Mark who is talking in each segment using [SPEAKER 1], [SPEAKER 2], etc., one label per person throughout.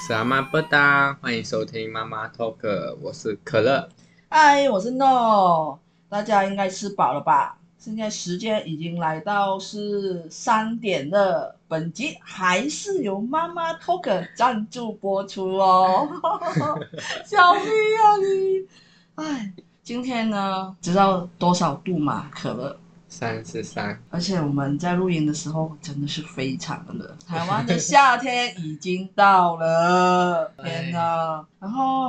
[SPEAKER 1] 是阿妈不当，欢迎收听妈妈 talk，我是可乐。
[SPEAKER 2] 嗨，哎我是 No，大家应该吃饱了吧？现在时间已经来到是三点了，本集还是由妈妈 Talk 赞助播出哦。 小屁啊你！哎，今天呢，知道多少度吗？可乐。
[SPEAKER 1] 三十三，
[SPEAKER 2] 而且我们在录音的时候真的是非常的冷，台湾的夏天已经到了，天哪！然后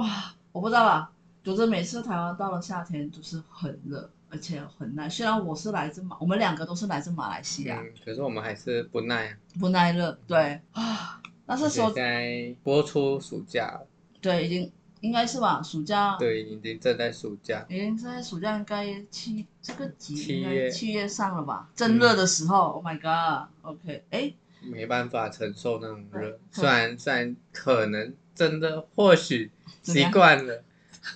[SPEAKER 2] 我不知道啦，总之每次台湾到了夏天就是很热，而且很耐。虽然我是来自马，我们两个都是来自马来西亚，
[SPEAKER 1] 嗯，可是我们还是不耐，
[SPEAKER 2] 不耐热，对啊。但是
[SPEAKER 1] 而且
[SPEAKER 2] 说
[SPEAKER 1] 现在播出暑假，
[SPEAKER 2] 对，已经应该是吧，暑假
[SPEAKER 1] 对，已经正在暑假，
[SPEAKER 2] 已经在暑假应该七这个集
[SPEAKER 1] 七
[SPEAKER 2] 应
[SPEAKER 1] 月
[SPEAKER 2] 该七月上了吧，正热的时候、o h my God，OK，、诶哎。
[SPEAKER 1] 没办法承受那种热
[SPEAKER 2] 嗯，
[SPEAKER 1] 虽然虽然可能真的或许
[SPEAKER 2] 怎么
[SPEAKER 1] 习
[SPEAKER 2] 样
[SPEAKER 1] 惯了，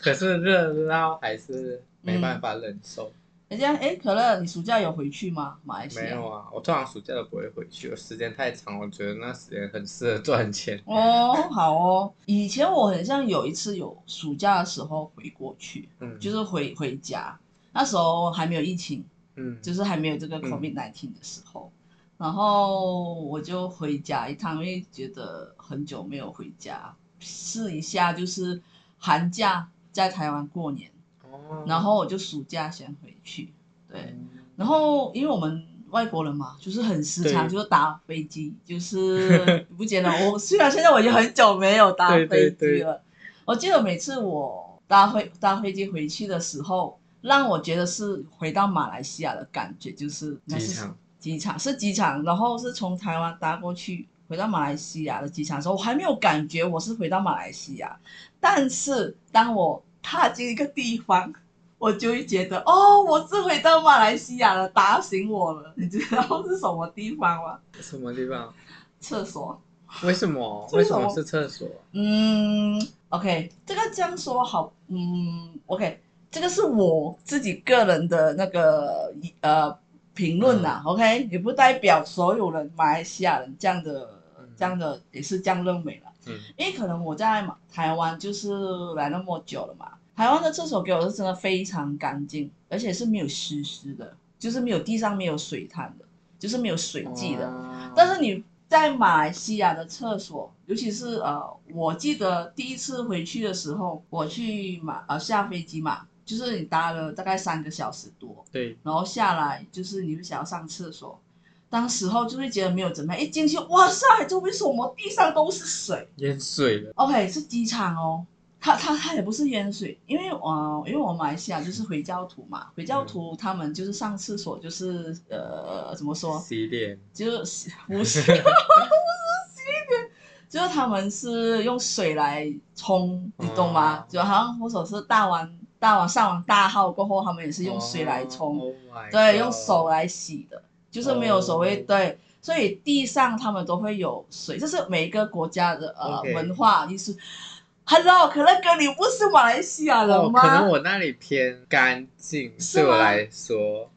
[SPEAKER 1] 可是热到还是没办法忍受。
[SPEAKER 2] 人家哎，可乐，你暑假有回去吗？马来西亚
[SPEAKER 1] 没有啊，我通常暑假都不会回去，我时间太长，我觉得那时间很适合赚钱。
[SPEAKER 2] 哦，好哦。以前我很像有一次有暑假的时候回过去，
[SPEAKER 1] 嗯，
[SPEAKER 2] 就是回回家，那时候还没有疫情，
[SPEAKER 1] 嗯，
[SPEAKER 2] 就是还没有这个 COVID 19的时候，然后我就回家一趟，因为觉得很久没有回家，试一下就是寒假在台湾过年，
[SPEAKER 1] 哦
[SPEAKER 2] 然后我就暑假先回去，对。然后因为我们外国人嘛，就是很时常
[SPEAKER 1] 对
[SPEAKER 2] 就是打飞机，就是 你不觉得我虽然现在我已经很久没有搭
[SPEAKER 1] 对
[SPEAKER 2] 飞机了，
[SPEAKER 1] 对对
[SPEAKER 2] 我记得每次我搭飞搭飞机回去的时候，让我觉得是回到马来西亚的感觉，就是那
[SPEAKER 1] 机
[SPEAKER 2] 是
[SPEAKER 1] 场
[SPEAKER 2] 机场是机场，然后是从台湾搭过去回到马来西亚的机场的时候，我还没有感觉我是回到马来西亚，但是当我踏进一个地方，我就会觉得哦，我是回到马来西亚了，打醒我了。你知道是什么地方吗？
[SPEAKER 1] 什么地方？
[SPEAKER 2] 厕所。
[SPEAKER 1] 为什么？为
[SPEAKER 2] 为
[SPEAKER 1] 什
[SPEAKER 2] 什么
[SPEAKER 1] 么是厕所？
[SPEAKER 2] 嗯，OK，这个这样说好，嗯，OK，这个是我自己个人的那个呃评论呐、o
[SPEAKER 1] 嗯
[SPEAKER 2] k 也不代表所有人马来西亚人这样的
[SPEAKER 1] 嗯
[SPEAKER 2] 这样的也是这样认为啦。
[SPEAKER 1] 嗯，
[SPEAKER 2] 因为可能我在马台湾就是来那么久了嘛，台湾的厕所给我是真的非常干净，而且是没有湿湿的，就是没有地上没有水滩的，就是没有水迹的。
[SPEAKER 1] 哦
[SPEAKER 2] 但是你在马来西亚的厕所，尤其是呃，我记得第一次回去的时候，我去马呃下飞机嘛，就是你搭了大概三个小时多，
[SPEAKER 1] 对，
[SPEAKER 2] 然后下来就是你会想要上厕所，当时候就会觉得没有怎么样，一进去哇塞，这为什么地上都是水
[SPEAKER 1] 淹水了。
[SPEAKER 2] ？OK，是机场哦。它它它也不是淹水，因为呃，因为我马来西亚就是回教徒嘛，回教徒他们就是上厕所就是呃怎么说，
[SPEAKER 1] 洗脸，
[SPEAKER 2] 就是不是不是洗脸，就是他们是用水来冲，你懂吗？
[SPEAKER 1] 哦
[SPEAKER 2] 就好像或者是大完大完上完大号过后，他们也是用水来冲，
[SPEAKER 1] 哦，Oh my
[SPEAKER 2] 对，
[SPEAKER 1] God
[SPEAKER 2] 用手。来洗的，就是没有所谓、
[SPEAKER 1] 哦
[SPEAKER 2] 对。所以地上他们都会有水，这是每一个国家的呃
[SPEAKER 1] OK
[SPEAKER 2] 文化艺术。Hello，可乐哥，你不是马来西亚
[SPEAKER 1] 哦，
[SPEAKER 2] 人
[SPEAKER 1] 可能
[SPEAKER 2] 吗、
[SPEAKER 1] 我那里偏干净，
[SPEAKER 2] 是
[SPEAKER 1] 对我
[SPEAKER 2] 吗
[SPEAKER 1] 来说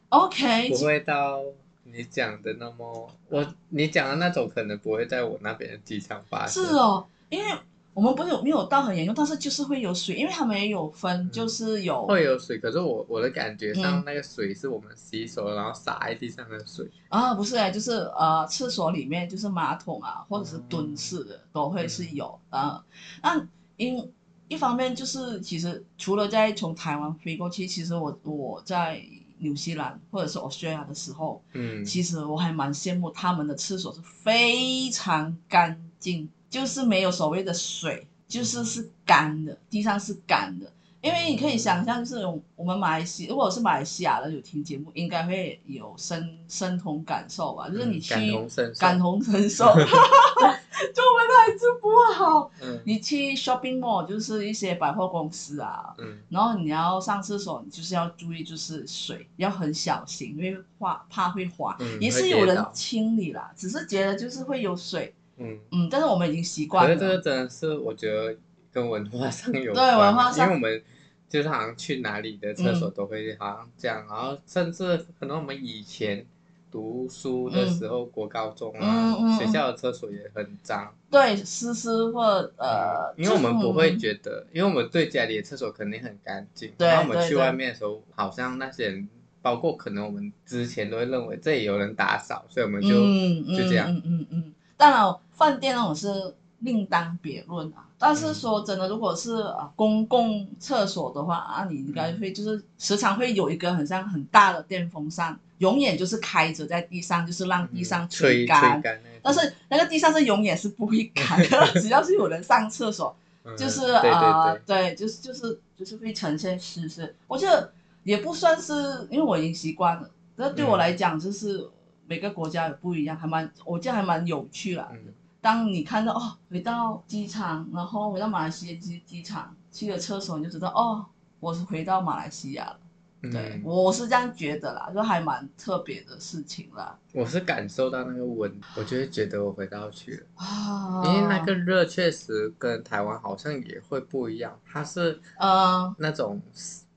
[SPEAKER 2] o k
[SPEAKER 1] 不会到你讲的那么我你讲的那种可能不会在我那边的机场发
[SPEAKER 2] 是
[SPEAKER 1] 生。
[SPEAKER 2] 哦，因为我们不是有没有到很严重，但是就是会有水，因为他们也有分，
[SPEAKER 1] 嗯
[SPEAKER 2] 就是有
[SPEAKER 1] 会有水，可是我我的感觉上
[SPEAKER 2] 嗯，
[SPEAKER 1] 那个水是我们洗手然后洒在地上的水。
[SPEAKER 2] 啊，不是哎，就是呃，厕所里面就是马桶啊，或者是蹲式的、都会是有啊。那因一方面就是其实除了在从台湾飞过去，其实我我在纽西兰或者是 Australia 的时候，
[SPEAKER 1] 嗯，
[SPEAKER 2] 其实我还蛮羡慕他们的厕所是非常干净，就是没有所谓的水，
[SPEAKER 1] 嗯
[SPEAKER 2] 就是是干的，地上是干的。因为你可以想象，就是我我们马来西如果是马来西亚的有听节目，应该会有深深同感受吧？就是你
[SPEAKER 1] 嗯
[SPEAKER 2] 去
[SPEAKER 1] 感同身受。
[SPEAKER 2] 感同 身受，就我们还是不好。
[SPEAKER 1] 嗯
[SPEAKER 2] 你去 shopping mall 就是一些百货公司啊，
[SPEAKER 1] 嗯
[SPEAKER 2] 然后你要上厕所，你就是要注意，就是水要很小心，因为怕怕会滑。
[SPEAKER 1] 嗯，
[SPEAKER 2] 也
[SPEAKER 1] 会
[SPEAKER 2] 是
[SPEAKER 1] 跌
[SPEAKER 2] 有人
[SPEAKER 1] 倒
[SPEAKER 2] 清理啦，只是觉得就是会有水，
[SPEAKER 1] 嗯。
[SPEAKER 2] 嗯，但是我们已经习
[SPEAKER 1] 可
[SPEAKER 2] 惯
[SPEAKER 1] 是这个
[SPEAKER 2] 了。
[SPEAKER 1] 真的是我觉得跟文化上有
[SPEAKER 2] 对文化上嗯
[SPEAKER 1] 因为我们就是好像去哪里的厕所都会好像这样，然后甚至可能我们以前读书的时候，国高中
[SPEAKER 2] 嗯嗯
[SPEAKER 1] 啊，
[SPEAKER 2] 嗯
[SPEAKER 1] 学校的厕所也很脏。
[SPEAKER 2] 对，湿湿或呃，
[SPEAKER 1] 因为我们不会
[SPEAKER 2] 嗯
[SPEAKER 1] 觉得，因为我们对家里的厕所肯定很干净，
[SPEAKER 2] 对
[SPEAKER 1] 然后我们
[SPEAKER 2] 对
[SPEAKER 1] 去
[SPEAKER 2] 对
[SPEAKER 1] 外面的时候，好像那些人，包括可能我们之前都会认为这里有人打扫，所以我们就、
[SPEAKER 2] 嗯
[SPEAKER 1] 就这样
[SPEAKER 2] 嗯嗯嗯嗯。当然，饭店那种是另当别论啊。但
[SPEAKER 1] 嗯
[SPEAKER 2] 是说真的，如果是啊公共厕所的话啊，你应
[SPEAKER 1] 嗯
[SPEAKER 2] 该会就是时常会有一个很像很大的电风扇，永远就是开着在地上，就是让地上
[SPEAKER 1] 嗯吹
[SPEAKER 2] 干。
[SPEAKER 1] 干那种，
[SPEAKER 2] 但是那个地上是永远是不会干 的，只要是有人上厕所，
[SPEAKER 1] 嗯
[SPEAKER 2] 就是
[SPEAKER 1] 对对对，
[SPEAKER 2] 啊，对，就是就是就是会呈现湿湿。我觉得也不算是，因为我已经习惯了。那对我
[SPEAKER 1] 嗯
[SPEAKER 2] 来讲，就是每个国家也不一样，还蛮我觉得还蛮有趣啦。
[SPEAKER 1] 嗯
[SPEAKER 2] 当你看到哦，回到机场，然后回到马来西亚机机场去了厕所，你就知道哦，我是回到马来西亚了。
[SPEAKER 1] 嗯
[SPEAKER 2] 对，我是这样觉得啦，就还蛮特别的事情啦。
[SPEAKER 1] 我是感受到那个温，我就会觉得我回到去了，
[SPEAKER 2] 啊，
[SPEAKER 1] 因为那个热确实跟台湾好像也会不一样，它是
[SPEAKER 2] 呃
[SPEAKER 1] 那种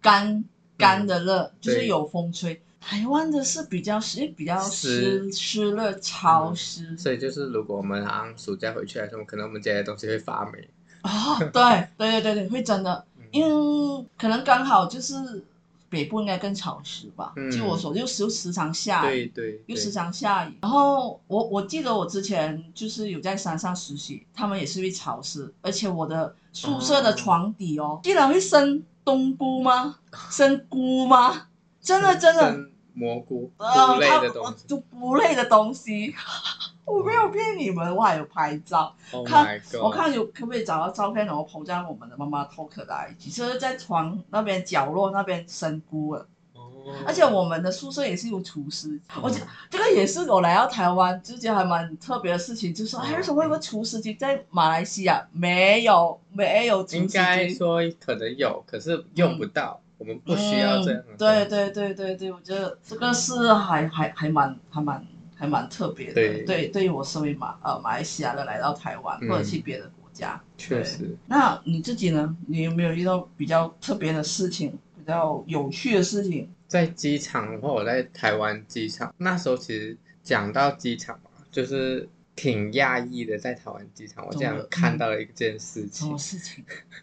[SPEAKER 2] 干干的热，就是
[SPEAKER 1] 嗯对
[SPEAKER 2] 有风吹。台湾的是比较湿，比较湿
[SPEAKER 1] 湿嗯
[SPEAKER 2] 湿热潮湿
[SPEAKER 1] 所以就是，如果我们好像暑假回去的时候，可能我们家里的东西会发霉。
[SPEAKER 2] 啊、对对对对对，会真的，
[SPEAKER 1] 嗯
[SPEAKER 2] 因为可能刚好就是北部应该更潮湿吧。
[SPEAKER 1] 嗯
[SPEAKER 2] 据我所知，又时又时常下
[SPEAKER 1] 对
[SPEAKER 2] 雨，
[SPEAKER 1] 对，对
[SPEAKER 2] 又时常下雨。然后我我记得我之前就是有在山上实习，他们也是会潮湿，而且我的宿舍的
[SPEAKER 1] 哦
[SPEAKER 2] 床底哦，竟然会生冬菇吗？
[SPEAKER 1] 啊
[SPEAKER 2] 生菇吗？真的真的。
[SPEAKER 1] 生蘑菇
[SPEAKER 2] 呃，
[SPEAKER 1] 菇类的
[SPEAKER 2] 它
[SPEAKER 1] 东西。
[SPEAKER 2] 就菇类的东西。 我没有骗你们，我还有拍照，
[SPEAKER 1] Oh
[SPEAKER 2] 看
[SPEAKER 1] my god！
[SPEAKER 2] 我看有可不可以找到照片，然后 p 在我们的妈妈 talk 的 IG，就是在床那边角落那边生菇了。
[SPEAKER 1] 哦，
[SPEAKER 2] 而且我们的宿舍也是有厨师，我
[SPEAKER 1] 嗯
[SPEAKER 2] 觉这个也是我来到台湾之前还蛮特别的事情，就是说哎，
[SPEAKER 1] 嗯
[SPEAKER 2] 为什么有个厨师机在马来西亚没有没有厨
[SPEAKER 1] 应
[SPEAKER 2] 师
[SPEAKER 1] 该
[SPEAKER 2] 机？
[SPEAKER 1] 说可能有，可是用不到，我们不需要这样的东
[SPEAKER 2] 嗯。
[SPEAKER 1] 西。
[SPEAKER 2] 对对对对对，我觉得这个是还还还蛮还蛮还蛮特别的。
[SPEAKER 1] 对
[SPEAKER 2] 对，对于我身为马呃马来西亚的来到台湾、
[SPEAKER 1] 嗯
[SPEAKER 2] 或者去别的国家，
[SPEAKER 1] 确实，
[SPEAKER 2] 那你自己呢？你有没有遇到比较特别的事情，比较有趣的事情？
[SPEAKER 1] 在机场的话，我在台湾机场那时候，其实讲到机场嘛，就是挺讶异的，在台湾机场，我
[SPEAKER 2] 怎
[SPEAKER 1] 这
[SPEAKER 2] 么了
[SPEAKER 1] 样看到了一件事
[SPEAKER 2] 什
[SPEAKER 1] 情
[SPEAKER 2] 么，事情？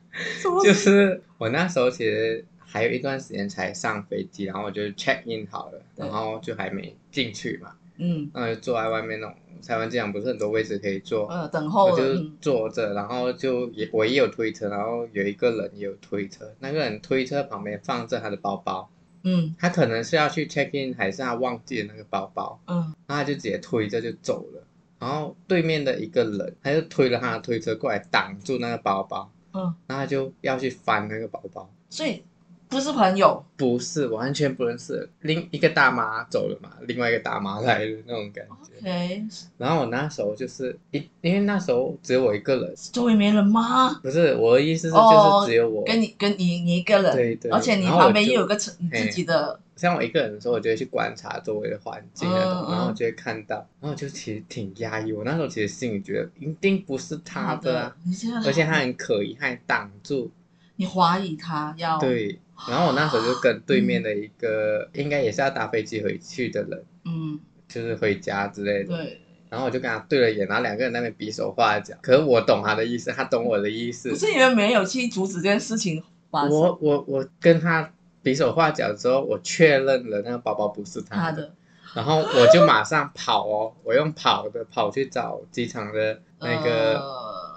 [SPEAKER 2] 什 么
[SPEAKER 1] 就
[SPEAKER 2] 事？
[SPEAKER 1] 是我那时候其实还有一段时间才上飞机，然后我就 check in 好了，
[SPEAKER 2] 对
[SPEAKER 1] 然后就还没进去嘛，
[SPEAKER 2] 嗯
[SPEAKER 1] 然后就坐在外面那种台湾机场不是很多位置可以坐，
[SPEAKER 2] 呃，等
[SPEAKER 1] 我
[SPEAKER 2] 候的
[SPEAKER 1] 就
[SPEAKER 2] 嗯
[SPEAKER 1] 坐着，然后就也我也有推车，然后有一个人也有推车，那个人推车旁边放着他的包包，
[SPEAKER 2] 嗯
[SPEAKER 1] 他可能是要去 check in，还是他忘记了那个包包，
[SPEAKER 2] 嗯
[SPEAKER 1] 然后他就直接推着就走了。然后对面的一个人，他就推了他的推车过来挡住那个包包，
[SPEAKER 2] 嗯，
[SPEAKER 1] 然后他就要去翻那个包包。
[SPEAKER 2] 所以不是朋友，
[SPEAKER 1] 不是，完全不认识。另一个大妈走了嘛，另外一个大妈来了那种感觉。
[SPEAKER 2] OK，
[SPEAKER 1] 然后我那时候就是一，因为那时候只有我一个人，
[SPEAKER 2] 周围没人吗？
[SPEAKER 1] 不是我的意思是
[SPEAKER 2] 哦
[SPEAKER 1] 就是只有我，
[SPEAKER 2] 跟你跟你你一个人，
[SPEAKER 1] 对对，
[SPEAKER 2] 而且你
[SPEAKER 1] 然后我
[SPEAKER 2] 旁边
[SPEAKER 1] 就
[SPEAKER 2] 又有个成你自己的，
[SPEAKER 1] 像我一个人的时候，我就会去观察周围的环境那种，
[SPEAKER 2] 嗯嗯
[SPEAKER 1] 然后就会看到，然后就其实挺压抑。我那时候其实心里觉得一定不是他的啊，
[SPEAKER 2] 你现在
[SPEAKER 1] 而且他很可疑，他还挡住，
[SPEAKER 2] 你怀疑他要，
[SPEAKER 1] 对。然后我那时候就跟对面的一个、应该也是要搭飞机回去的人，
[SPEAKER 2] 嗯，
[SPEAKER 1] 就是回家之类的，
[SPEAKER 2] 对，
[SPEAKER 1] 然后我就跟他对了眼，然后两个人在那边比手画脚。可是我懂他的意思，他懂我的意思
[SPEAKER 2] 可。是你们没有去阻止这件事情发生，
[SPEAKER 1] 我我我跟他比手画脚之后，我确认了那个包包不是
[SPEAKER 2] 他的
[SPEAKER 1] 然后我就马上跑哦，我用跑的跑去找机场的那个
[SPEAKER 2] 呃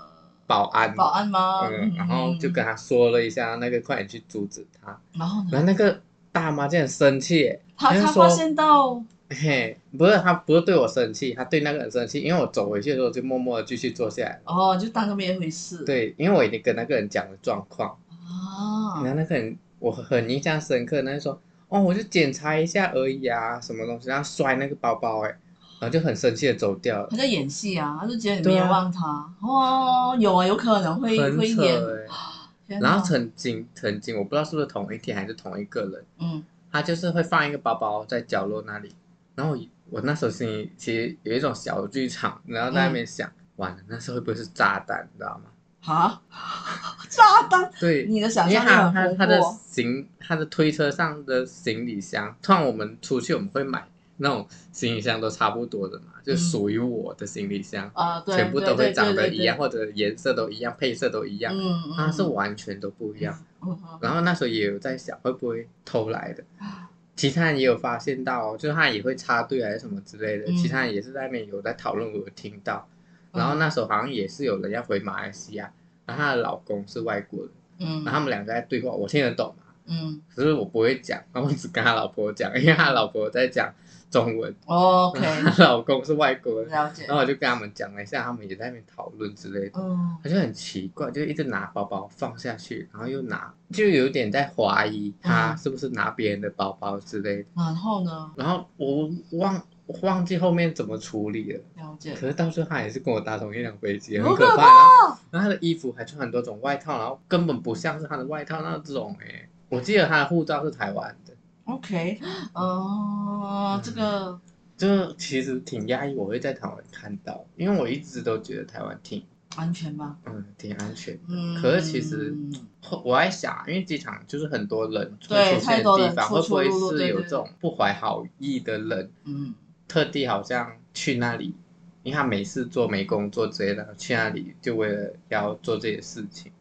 [SPEAKER 1] 保安，
[SPEAKER 2] 保安吗？
[SPEAKER 1] 嗯，然后就跟
[SPEAKER 2] 嗯
[SPEAKER 1] 他说了一下，那个快点去阻止他。
[SPEAKER 2] 然后呢，
[SPEAKER 1] 然后那个大妈竟然生气耶，
[SPEAKER 2] 他
[SPEAKER 1] 他就
[SPEAKER 2] 他
[SPEAKER 1] 说
[SPEAKER 2] 发现到，
[SPEAKER 1] 嘿，不是他不是对我生气，他对那个人生气，因为我走回去的时候就默默的继续坐下来了。
[SPEAKER 2] 哦，就当个没一回事，，
[SPEAKER 1] 对，因为我已经跟那个人讲了状况，
[SPEAKER 2] 啊
[SPEAKER 1] 然，后那个人我很印象深刻，那就说哦，我就检查一下而已啊，什么东西，然后摔那个包包哎，然后就很生气的走掉了。
[SPEAKER 2] 他在演戏啊，他就觉得你没
[SPEAKER 1] 对
[SPEAKER 2] 有
[SPEAKER 1] 啊
[SPEAKER 2] 忘他，哦，有啊，有可能会
[SPEAKER 1] 很
[SPEAKER 2] 会
[SPEAKER 1] 扯
[SPEAKER 2] 演，哦
[SPEAKER 1] 欸
[SPEAKER 2] 天哪
[SPEAKER 1] 然后曾经曾经我不知道是不是同一天还是同一个人，
[SPEAKER 2] 嗯
[SPEAKER 1] 他就是会放一个包包在角落那里，然后我我那时候心里其实有一种小剧场，然后在那边想，
[SPEAKER 2] 嗯
[SPEAKER 1] 完了那时候会不会是炸弹，你知道吗？
[SPEAKER 2] 哈，炸弹，
[SPEAKER 1] 对，
[SPEAKER 2] 你的想
[SPEAKER 1] 因为
[SPEAKER 2] 象力
[SPEAKER 1] 他
[SPEAKER 2] 很
[SPEAKER 1] 他
[SPEAKER 2] 活
[SPEAKER 1] 他的
[SPEAKER 2] 泼，
[SPEAKER 1] 行他的推车上的行李箱，通常我们出去我们会买那种行李箱都差不多的嘛，就属于我的行李箱，
[SPEAKER 2] 啊，嗯对，
[SPEAKER 1] 全部都会长得一样，
[SPEAKER 2] 对
[SPEAKER 1] 或者颜色都一样，配色都一
[SPEAKER 2] 对对
[SPEAKER 1] 样，
[SPEAKER 2] 对嗯，嗯
[SPEAKER 1] 它是完全都不一样。
[SPEAKER 2] 嗯
[SPEAKER 1] 然后那时候也有在想，会不会偷来的？
[SPEAKER 2] 嗯
[SPEAKER 1] 其他人也有发现到哦，就是他也会插队还是什么之类的，
[SPEAKER 2] 嗯
[SPEAKER 1] 其他人也是在那边有在讨论，我有听到。
[SPEAKER 2] 嗯
[SPEAKER 1] 然后那时候好像也是有人要回马来西亚，然后她的老公是外国人，
[SPEAKER 2] 嗯，
[SPEAKER 1] 然后他们两个在对话，我听得懂嘛，啊
[SPEAKER 2] 嗯
[SPEAKER 1] 可是我不会讲，然后我只跟他老婆讲，因为他老婆在讲中文，
[SPEAKER 2] ，OK，
[SPEAKER 1] 然后她老公是外国人，
[SPEAKER 2] 了解
[SPEAKER 1] 然，后我就跟他们讲了一下，他们也在那边讨论之类的。
[SPEAKER 2] 嗯
[SPEAKER 1] 我就很奇怪，就一直拿包包放下去，然后又拿，就有点在怀疑他
[SPEAKER 2] 嗯
[SPEAKER 1] 是不是拿别人的包包之类的。
[SPEAKER 2] 然后呢，
[SPEAKER 1] 然后我忘忘记后面怎么处理了，
[SPEAKER 2] 了解，
[SPEAKER 1] 可是到最后他也是跟我搭同一辆飞机，很
[SPEAKER 2] 好
[SPEAKER 1] 可
[SPEAKER 2] 可
[SPEAKER 1] 怕。啊然后
[SPEAKER 2] 怕，
[SPEAKER 1] 然后他的衣服还穿很多种外套，然后根本不像是他的外套那种诶、我记得他的护照是台湾的，
[SPEAKER 2] OK，哦、
[SPEAKER 1] 嗯
[SPEAKER 2] 这个，
[SPEAKER 1] 就其实挺压抑，我会在台湾看到，因为我一直都觉得台湾挺
[SPEAKER 2] 安全吗？
[SPEAKER 1] 嗯挺安全。
[SPEAKER 2] 嗯，
[SPEAKER 1] 可是其实后我在想，因为机场就是很多人会
[SPEAKER 2] 对
[SPEAKER 1] 出现
[SPEAKER 2] 太
[SPEAKER 1] 的
[SPEAKER 2] 多人
[SPEAKER 1] 地方，
[SPEAKER 2] 出
[SPEAKER 1] 会不会
[SPEAKER 2] 出入入
[SPEAKER 1] 是
[SPEAKER 2] 对
[SPEAKER 1] 有
[SPEAKER 2] 对
[SPEAKER 1] 这种不怀好意的人
[SPEAKER 2] 嗯，
[SPEAKER 1] 特地好像去那里，因为他没事做、没工作之类的，去那里就为了要做这些事情，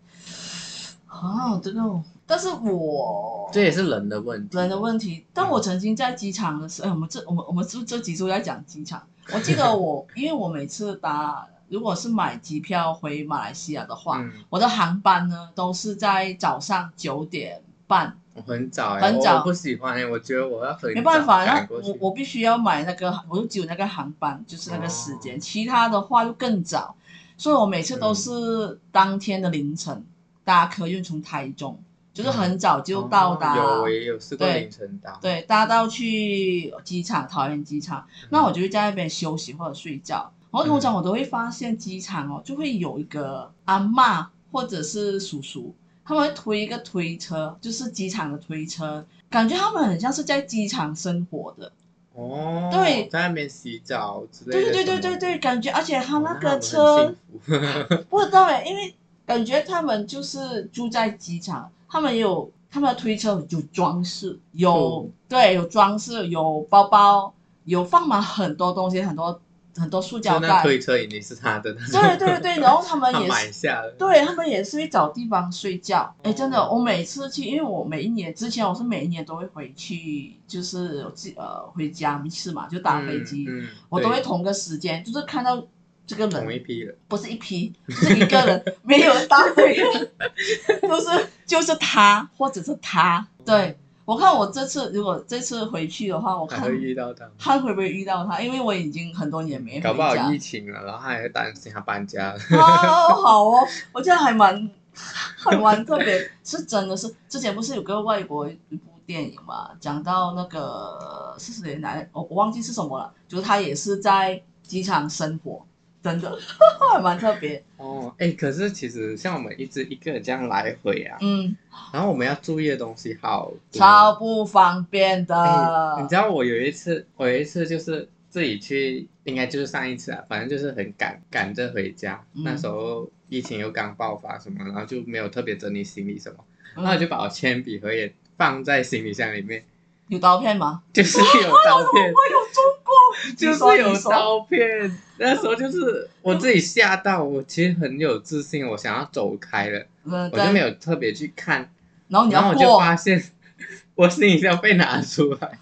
[SPEAKER 2] 啊，这个我，但是我
[SPEAKER 1] 这也是人的问题。
[SPEAKER 2] 人的问题。但我曾经在机场的时候，哎，我们这我们我们这这集都在讲机场。我记 得我，因为我每次搭，如果是买机票回马来西亚的话，
[SPEAKER 1] 嗯，
[SPEAKER 2] 我的航班呢都是在早上九点半，
[SPEAKER 1] 我很早、欸，
[SPEAKER 2] 很早
[SPEAKER 1] 我我不喜欢、欸，我觉得我要很
[SPEAKER 2] 没办法，
[SPEAKER 1] 早
[SPEAKER 2] 那
[SPEAKER 1] 赶过去
[SPEAKER 2] 我我必须要买那个，我就只有那个航班，就是那个时间，其他的话就更早，所以我每次都是当天的凌晨搭客运从台中，就是很早就到达，
[SPEAKER 1] 哦有我也有试过
[SPEAKER 2] 对
[SPEAKER 1] 凌晨到，，嗯
[SPEAKER 2] 对，搭到去机场桃园机场，
[SPEAKER 1] 嗯
[SPEAKER 2] 那我就会在那边休息或者睡觉。然后通常我都会发现机场哦，就会有一个阿嬷或者是叔叔，他们会推一个推车，就是机场的推车，感觉他们很像是在机场生活的。
[SPEAKER 1] 哦，
[SPEAKER 2] 对
[SPEAKER 1] 在那边洗澡之类
[SPEAKER 2] 对
[SPEAKER 1] 的
[SPEAKER 2] 对
[SPEAKER 1] 什么的，
[SPEAKER 2] 对对对，感觉而且他
[SPEAKER 1] 哦
[SPEAKER 2] 那
[SPEAKER 1] 我
[SPEAKER 2] 个
[SPEAKER 1] 很
[SPEAKER 2] 车
[SPEAKER 1] 幸，福
[SPEAKER 2] 不知道哎，因为感觉他们就是住在机场，他们有他们的推车有装饰，有、
[SPEAKER 1] 嗯
[SPEAKER 2] 对有装饰，有包包，有放满很多东西，很多很多塑胶
[SPEAKER 1] 就那
[SPEAKER 2] 袋。
[SPEAKER 1] 推车已经是他的那种，
[SPEAKER 2] 对对对，然后他们
[SPEAKER 1] 他
[SPEAKER 2] 也
[SPEAKER 1] 买
[SPEAKER 2] 是，
[SPEAKER 1] 下了，
[SPEAKER 2] 对他们也是会找地方睡觉。哎，真的，
[SPEAKER 1] 哦
[SPEAKER 2] 我每次去，因为我每一年之前我是每一年都会回去，就是自己呃回家一次嘛，就搭飞机，
[SPEAKER 1] 嗯嗯
[SPEAKER 2] 我都会
[SPEAKER 1] 对
[SPEAKER 2] 同个时间，就是看到这个人
[SPEAKER 1] 同一批人，
[SPEAKER 2] 不是一批，是一个人，没有人搭配， 就是就是他或者是他。对我看我这次如果这次回去的话，我
[SPEAKER 1] 还
[SPEAKER 2] 看
[SPEAKER 1] 会遇到他们。
[SPEAKER 2] 他会不会遇到他，因为我已经很多年没回家。
[SPEAKER 1] 搞不好疫情了，然后他还会担心他搬家了。
[SPEAKER 2] 好好哦，我觉得还蛮还蛮特别，是真的是之前不是有个外国一部电影嘛，讲到那个四十年代，我我忘记是什么了，就是他也是在机场生活，真的 还蛮特别，
[SPEAKER 1] 哦，哎、可是其实像我们一直一个人这样来回啊，
[SPEAKER 2] 嗯。
[SPEAKER 1] 然后我们要注意的东西好多
[SPEAKER 2] 超不方便的。
[SPEAKER 1] 哎你知道我有一次，我有一次就是自己去，应该就是上一次啊，反正就是很赶赶着回家。
[SPEAKER 2] 嗯
[SPEAKER 1] 那时候疫情又刚爆发什么，然后就没有特别整理行李什么，
[SPEAKER 2] 嗯
[SPEAKER 1] 然后我就把我铅笔盒也放在行李箱里面，
[SPEAKER 2] 有刀片吗？
[SPEAKER 1] 就是有刀片，
[SPEAKER 2] 我有中 国，
[SPEAKER 1] 就是
[SPEAKER 2] 你
[SPEAKER 1] 有
[SPEAKER 2] 说。
[SPEAKER 1] 刀片。那时候就是我自己吓到，我其实很有自信，我想要走开了，
[SPEAKER 2] 嗯，
[SPEAKER 1] 我就没
[SPEAKER 2] 对。
[SPEAKER 1] 有特别去看
[SPEAKER 2] 然后你
[SPEAKER 1] 然后
[SPEAKER 2] 要
[SPEAKER 1] 我就
[SPEAKER 2] 过，
[SPEAKER 1] 发现 我行李箱被拿出来，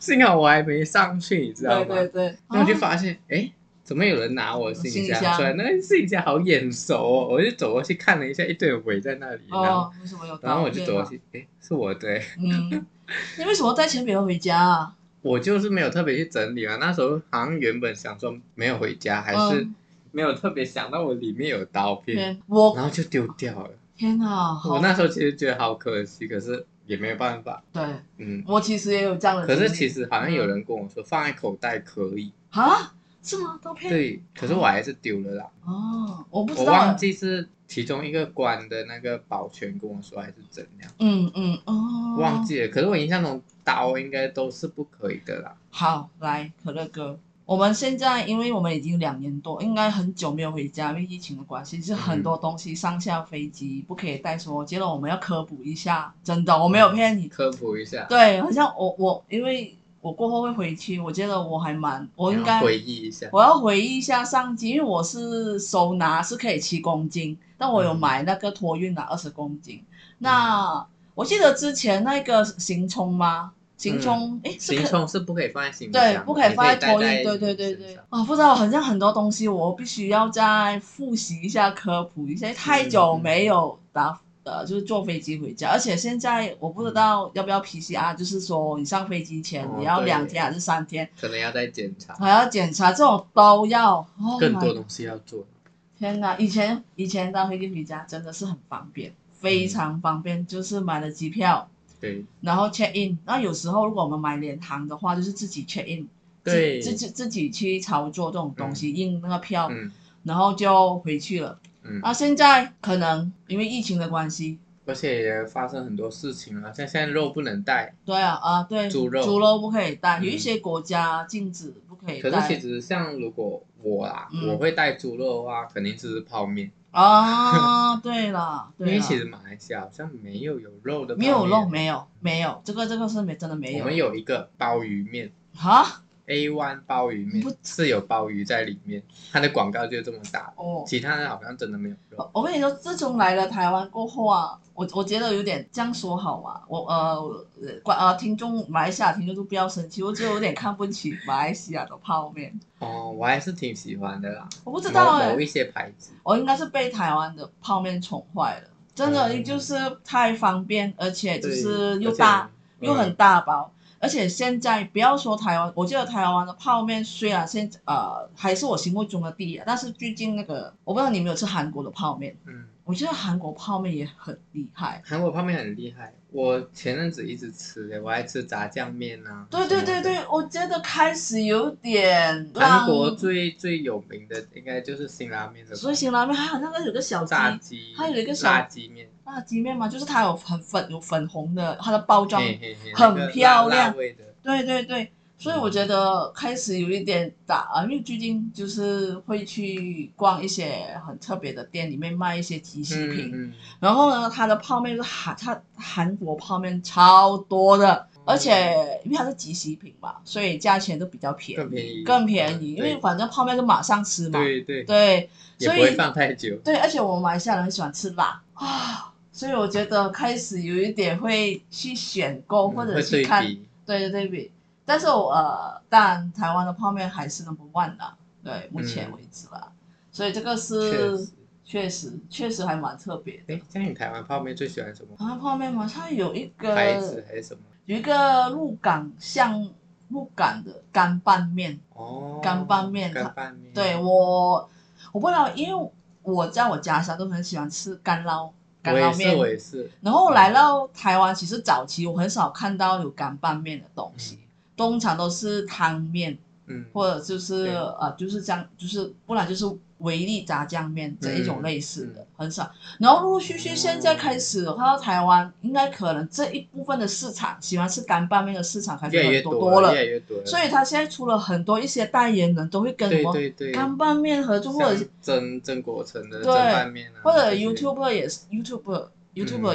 [SPEAKER 1] 幸好我还没上去，你知道
[SPEAKER 2] 对
[SPEAKER 1] 吗？
[SPEAKER 2] 对对。
[SPEAKER 1] 然后我就发现，哎、怎么有人拿我行李
[SPEAKER 2] 行李箱
[SPEAKER 1] 箱出来？那个行李箱好眼熟哦！我就走过去看了一下，一堆人围在那里，然后、
[SPEAKER 2] 哦，为什么有刀片、啊？
[SPEAKER 1] 然后我就走过去，哎、是我的、诶
[SPEAKER 2] 嗯， 你为什么带铅笔盒回家啊？
[SPEAKER 1] 我就是没有特别去整理啊。那时候好像原本想说没有回家，还是
[SPEAKER 2] 嗯
[SPEAKER 1] 没有特别想到我里面有刀片，
[SPEAKER 2] 天，我
[SPEAKER 1] 然后就丢掉了。
[SPEAKER 2] 天哪！好
[SPEAKER 1] 我那时候其实觉得好可惜，可是也没有办法，
[SPEAKER 2] 对，
[SPEAKER 1] 嗯。
[SPEAKER 2] 我其实也有这样的
[SPEAKER 1] 可
[SPEAKER 2] 经历。
[SPEAKER 1] 是其实好像有人跟我说放在口袋可以，
[SPEAKER 2] 啊，是吗？刀片？。
[SPEAKER 1] 对，可是我还是丢了啦，
[SPEAKER 2] 哦，我不知
[SPEAKER 1] 我
[SPEAKER 2] 道。
[SPEAKER 1] 忘。记是其中一个官的那个保全跟我说还是怎样，
[SPEAKER 2] 嗯嗯哦。
[SPEAKER 1] 忘。记了。可是我印象中刀应该都是不可以的啦，
[SPEAKER 2] 好，来可乐哥，我们现在因为我们已经两年多，应该很久没有回家，因为疫情的关系，是很多东西上下飞机不可以带说，结果
[SPEAKER 1] 嗯
[SPEAKER 2] 我们要科普一下，真的，我没有骗你。
[SPEAKER 1] 科普一下。
[SPEAKER 2] 对，好像我我因为我过后会回去，我觉得我还蛮，我应
[SPEAKER 1] 然
[SPEAKER 2] 该
[SPEAKER 1] 后回忆一下，
[SPEAKER 2] 我要回忆一下上集，因为我是收拿是可以七公斤，但我有
[SPEAKER 1] 嗯
[SPEAKER 2] 买那个托运的二十公斤。那我记得之前那个行充吗？行充，诶，是
[SPEAKER 1] 嗯行
[SPEAKER 2] 可
[SPEAKER 1] 充是不可以放在行李
[SPEAKER 2] 对，
[SPEAKER 1] 箱
[SPEAKER 2] 不
[SPEAKER 1] 的
[SPEAKER 2] 可以放在
[SPEAKER 1] 你带
[SPEAKER 2] 托运。对
[SPEAKER 1] 你
[SPEAKER 2] 对对对
[SPEAKER 1] 身上。
[SPEAKER 2] 啊，不知道，好像很多东西我必须要再复习一下、科普一下，太久没有打。呃，就是坐飞机回家，而且现在我不知道要不要 PCR，、就是说你上飞机前
[SPEAKER 1] 嗯哦
[SPEAKER 2] 你要两
[SPEAKER 1] 对
[SPEAKER 2] 天还是三天，
[SPEAKER 1] 可能要再检查，
[SPEAKER 2] 还要检查，这种都要。哦、
[SPEAKER 1] 更多东西要做。
[SPEAKER 2] 天哪，以前以前搭飞机回家真的是很方便，非常方
[SPEAKER 1] 嗯
[SPEAKER 2] 便，就是买了机票，
[SPEAKER 1] 对
[SPEAKER 2] 然后 check in。那有时候如果我们买联航的话，就是自己 check in，
[SPEAKER 1] 对，
[SPEAKER 2] 自自己自己去操作这种东西，印那个票，
[SPEAKER 1] 嗯
[SPEAKER 2] 然后就回去了。
[SPEAKER 1] 嗯，
[SPEAKER 2] 那现在可能因为疫情的关系，
[SPEAKER 1] 而且也发生很多事情了，像现在肉不能带，
[SPEAKER 2] 对啊啊对，
[SPEAKER 1] 猪肉
[SPEAKER 2] 猪肉不可以带，
[SPEAKER 1] 嗯
[SPEAKER 2] 有一些国家禁止不可以
[SPEAKER 1] 可是其
[SPEAKER 2] 带
[SPEAKER 1] 实像如果我啦，
[SPEAKER 2] 嗯
[SPEAKER 1] 我会带猪肉的话，肯定是泡面，
[SPEAKER 2] 啊。对了，
[SPEAKER 1] 因
[SPEAKER 2] 对
[SPEAKER 1] 为
[SPEAKER 2] 了
[SPEAKER 1] 其，实马来西亚好像没有有肉的泡
[SPEAKER 2] 没
[SPEAKER 1] 面，
[SPEAKER 2] 有肉，没有没有，这个这个是没真的没
[SPEAKER 1] 我们
[SPEAKER 2] 有
[SPEAKER 1] 有一个鲍鱼面。
[SPEAKER 2] 哈。
[SPEAKER 1] A one 鲍鱼面
[SPEAKER 2] 不
[SPEAKER 1] 是有鲍鱼在里面，它的广告就这么打，
[SPEAKER 2] 哦，
[SPEAKER 1] 其他的好像真的没有肉。
[SPEAKER 2] 我我跟你说，自从来了台湾过后啊，我我觉得有点这样说好嘛，我呃观呃听众马来西亚听众都不要生气，我觉得有点看不起马来西亚的泡面，
[SPEAKER 1] 哦，我还是挺喜欢的啦，
[SPEAKER 2] 我不知道
[SPEAKER 1] 某
[SPEAKER 2] 哎、
[SPEAKER 1] 某一些牌子。
[SPEAKER 2] 我应该是被台湾的泡面宠坏了，真的
[SPEAKER 1] 嗯
[SPEAKER 2] 就是太方便，而且就
[SPEAKER 1] 对
[SPEAKER 2] 是又
[SPEAKER 1] 而且
[SPEAKER 2] 大
[SPEAKER 1] 嗯
[SPEAKER 2] 又很大包。而且现在不要说台湾，我记得台湾的泡面虽然现在呃还是我心目中的第一，啊但是最近那个我不知道你有没有吃韩国的泡面，
[SPEAKER 1] 嗯，
[SPEAKER 2] 我觉得韩国泡面也很厉害。
[SPEAKER 1] 韩国泡面很厉害，我前阵子一直吃的，我还吃炸酱面啊。
[SPEAKER 2] 对对
[SPEAKER 1] 什么
[SPEAKER 2] 对
[SPEAKER 1] 的。
[SPEAKER 2] 对，我觉得开始有点
[SPEAKER 1] 韩
[SPEAKER 2] 让，
[SPEAKER 1] 国最最有名的应该就是辛拉面了吧，
[SPEAKER 2] 所以辛拉面还有那个有个小鸡
[SPEAKER 1] 炸鸡，
[SPEAKER 2] 它有一个小
[SPEAKER 1] 炸鸡面，
[SPEAKER 2] 辣鸡面嘛，就是它有很粉有粉红的它的包装，
[SPEAKER 1] 嘿嘿嘿
[SPEAKER 2] 很
[SPEAKER 1] 那个辣
[SPEAKER 2] 漂亮
[SPEAKER 1] 辣味的，
[SPEAKER 2] 对对对，所以我觉得开始有一点打啊，因为最近就是会去逛一些很特别的店，里面卖一些即食品，
[SPEAKER 1] 嗯嗯，
[SPEAKER 2] 然后呢，它的泡面就是韩，它韩国泡面超多的，
[SPEAKER 1] 嗯
[SPEAKER 2] 而且因为它是即食品嘛，所以价钱都比较便
[SPEAKER 1] 更
[SPEAKER 2] 宜，
[SPEAKER 1] 便宜，
[SPEAKER 2] 更便宜，
[SPEAKER 1] 嗯
[SPEAKER 2] 因为反正泡面就马上吃嘛，
[SPEAKER 1] 对对，
[SPEAKER 2] 对，
[SPEAKER 1] 也
[SPEAKER 2] 所
[SPEAKER 1] 不会
[SPEAKER 2] 以
[SPEAKER 1] 放太久。
[SPEAKER 2] 对，而且我们马来西亚人很喜欢吃辣啊，所以我觉得开始有一点会去选购
[SPEAKER 1] 嗯
[SPEAKER 2] 或者
[SPEAKER 1] 会
[SPEAKER 2] 去
[SPEAKER 1] 对
[SPEAKER 2] 看，
[SPEAKER 1] 比，
[SPEAKER 2] 对对对比，但是我呃，当然台湾的泡面还是 number one 啦，对，目前
[SPEAKER 1] 嗯
[SPEAKER 2] 为止啦，所以这个
[SPEAKER 1] 确
[SPEAKER 2] 是
[SPEAKER 1] 实。
[SPEAKER 2] 确实确实还蛮特别的
[SPEAKER 1] 哎。，像你台湾泡面最喜欢什么
[SPEAKER 2] 台湾泡面嘛，它有一
[SPEAKER 1] 牌子
[SPEAKER 2] 个
[SPEAKER 1] 还是什么？
[SPEAKER 2] 有一个鹿港像鹿港的干拌面，
[SPEAKER 1] 哦，
[SPEAKER 2] 干拌面
[SPEAKER 1] 干拌面，
[SPEAKER 2] 对我我不知道，因为我在我家乡都很喜欢吃干捞干
[SPEAKER 1] 我也
[SPEAKER 2] 捞
[SPEAKER 1] 是，我
[SPEAKER 2] 面，
[SPEAKER 1] 也嗯是，
[SPEAKER 2] 然后来到台湾，其实早期我很少看到有干拌面的东西，通常都是汤面。
[SPEAKER 1] 嗯，
[SPEAKER 2] 或者就是
[SPEAKER 1] 对
[SPEAKER 2] 呃，就是这样，就是不然就是维力炸酱面这一种类似的、
[SPEAKER 1] 嗯
[SPEAKER 2] 很少。然后陆陆续续
[SPEAKER 1] 哦
[SPEAKER 2] 现在开始，我看到台湾应该可能这一部分的市场喜欢吃干拌面的市场开始
[SPEAKER 1] 越来越
[SPEAKER 2] 很多
[SPEAKER 1] 越来越多了，
[SPEAKER 2] 所以他现在出了很多一些代言人都会跟什
[SPEAKER 1] 对
[SPEAKER 2] 么
[SPEAKER 1] 对对，
[SPEAKER 2] 干拌面合作，或者
[SPEAKER 1] 像曾曾国成的
[SPEAKER 2] 对
[SPEAKER 1] 蒸拌面啊，
[SPEAKER 2] 或者
[SPEAKER 1] 这些嗯
[SPEAKER 2] YouTuber 也是 YouTuber YouTuber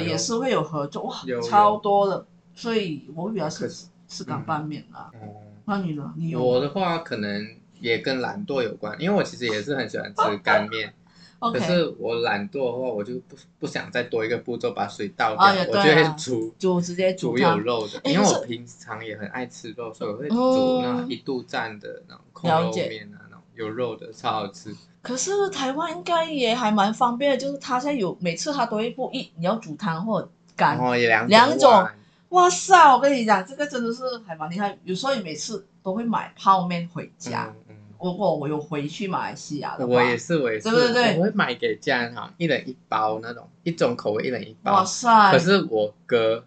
[SPEAKER 1] 有
[SPEAKER 2] 也是会有合作，哇
[SPEAKER 1] 有，
[SPEAKER 2] 超多的。所以我比较
[SPEAKER 1] 可
[SPEAKER 2] 是
[SPEAKER 1] 是
[SPEAKER 2] 吃干拌面啦。
[SPEAKER 1] 哦，
[SPEAKER 2] 那你呢？你有
[SPEAKER 1] 我的话可能也跟懒惰有关，因为我其实也是很喜欢吃干面，可
[SPEAKER 2] 哦 OK
[SPEAKER 1] 是我懒惰的话，我就不不想再多一个步骤把水倒掉，
[SPEAKER 2] 啊也
[SPEAKER 1] 我就
[SPEAKER 2] 对啊
[SPEAKER 1] 会煮
[SPEAKER 2] 就直接
[SPEAKER 1] 煮
[SPEAKER 2] 煮汤
[SPEAKER 1] 有肉的，
[SPEAKER 2] 哎
[SPEAKER 1] 因为
[SPEAKER 2] 可
[SPEAKER 1] 我平常也很爱吃肉，所以我会
[SPEAKER 2] 嗯
[SPEAKER 1] 煮那一度蘸的那种控
[SPEAKER 2] 了
[SPEAKER 1] 肉
[SPEAKER 2] 解
[SPEAKER 1] 面啊，那种有肉的超好吃。
[SPEAKER 2] 可是台湾应该也还蛮方便的，就是它现在有每次它都会不一，你要煮汤或者干。
[SPEAKER 1] 然后也两
[SPEAKER 2] 两种
[SPEAKER 1] 碗
[SPEAKER 2] 哇塞，我跟你讲，这个真的是还蛮厉害。有时候你每次都会买泡面回家。
[SPEAKER 1] 嗯嗯
[SPEAKER 2] 如果我有回去马来西亚的话，
[SPEAKER 1] 我也是，我也是，
[SPEAKER 2] 对对对
[SPEAKER 1] 我会买给家人哈，一人一包那种，一种口味一人一
[SPEAKER 2] 哇
[SPEAKER 1] 包。
[SPEAKER 2] 塞嗯
[SPEAKER 1] 可是我哥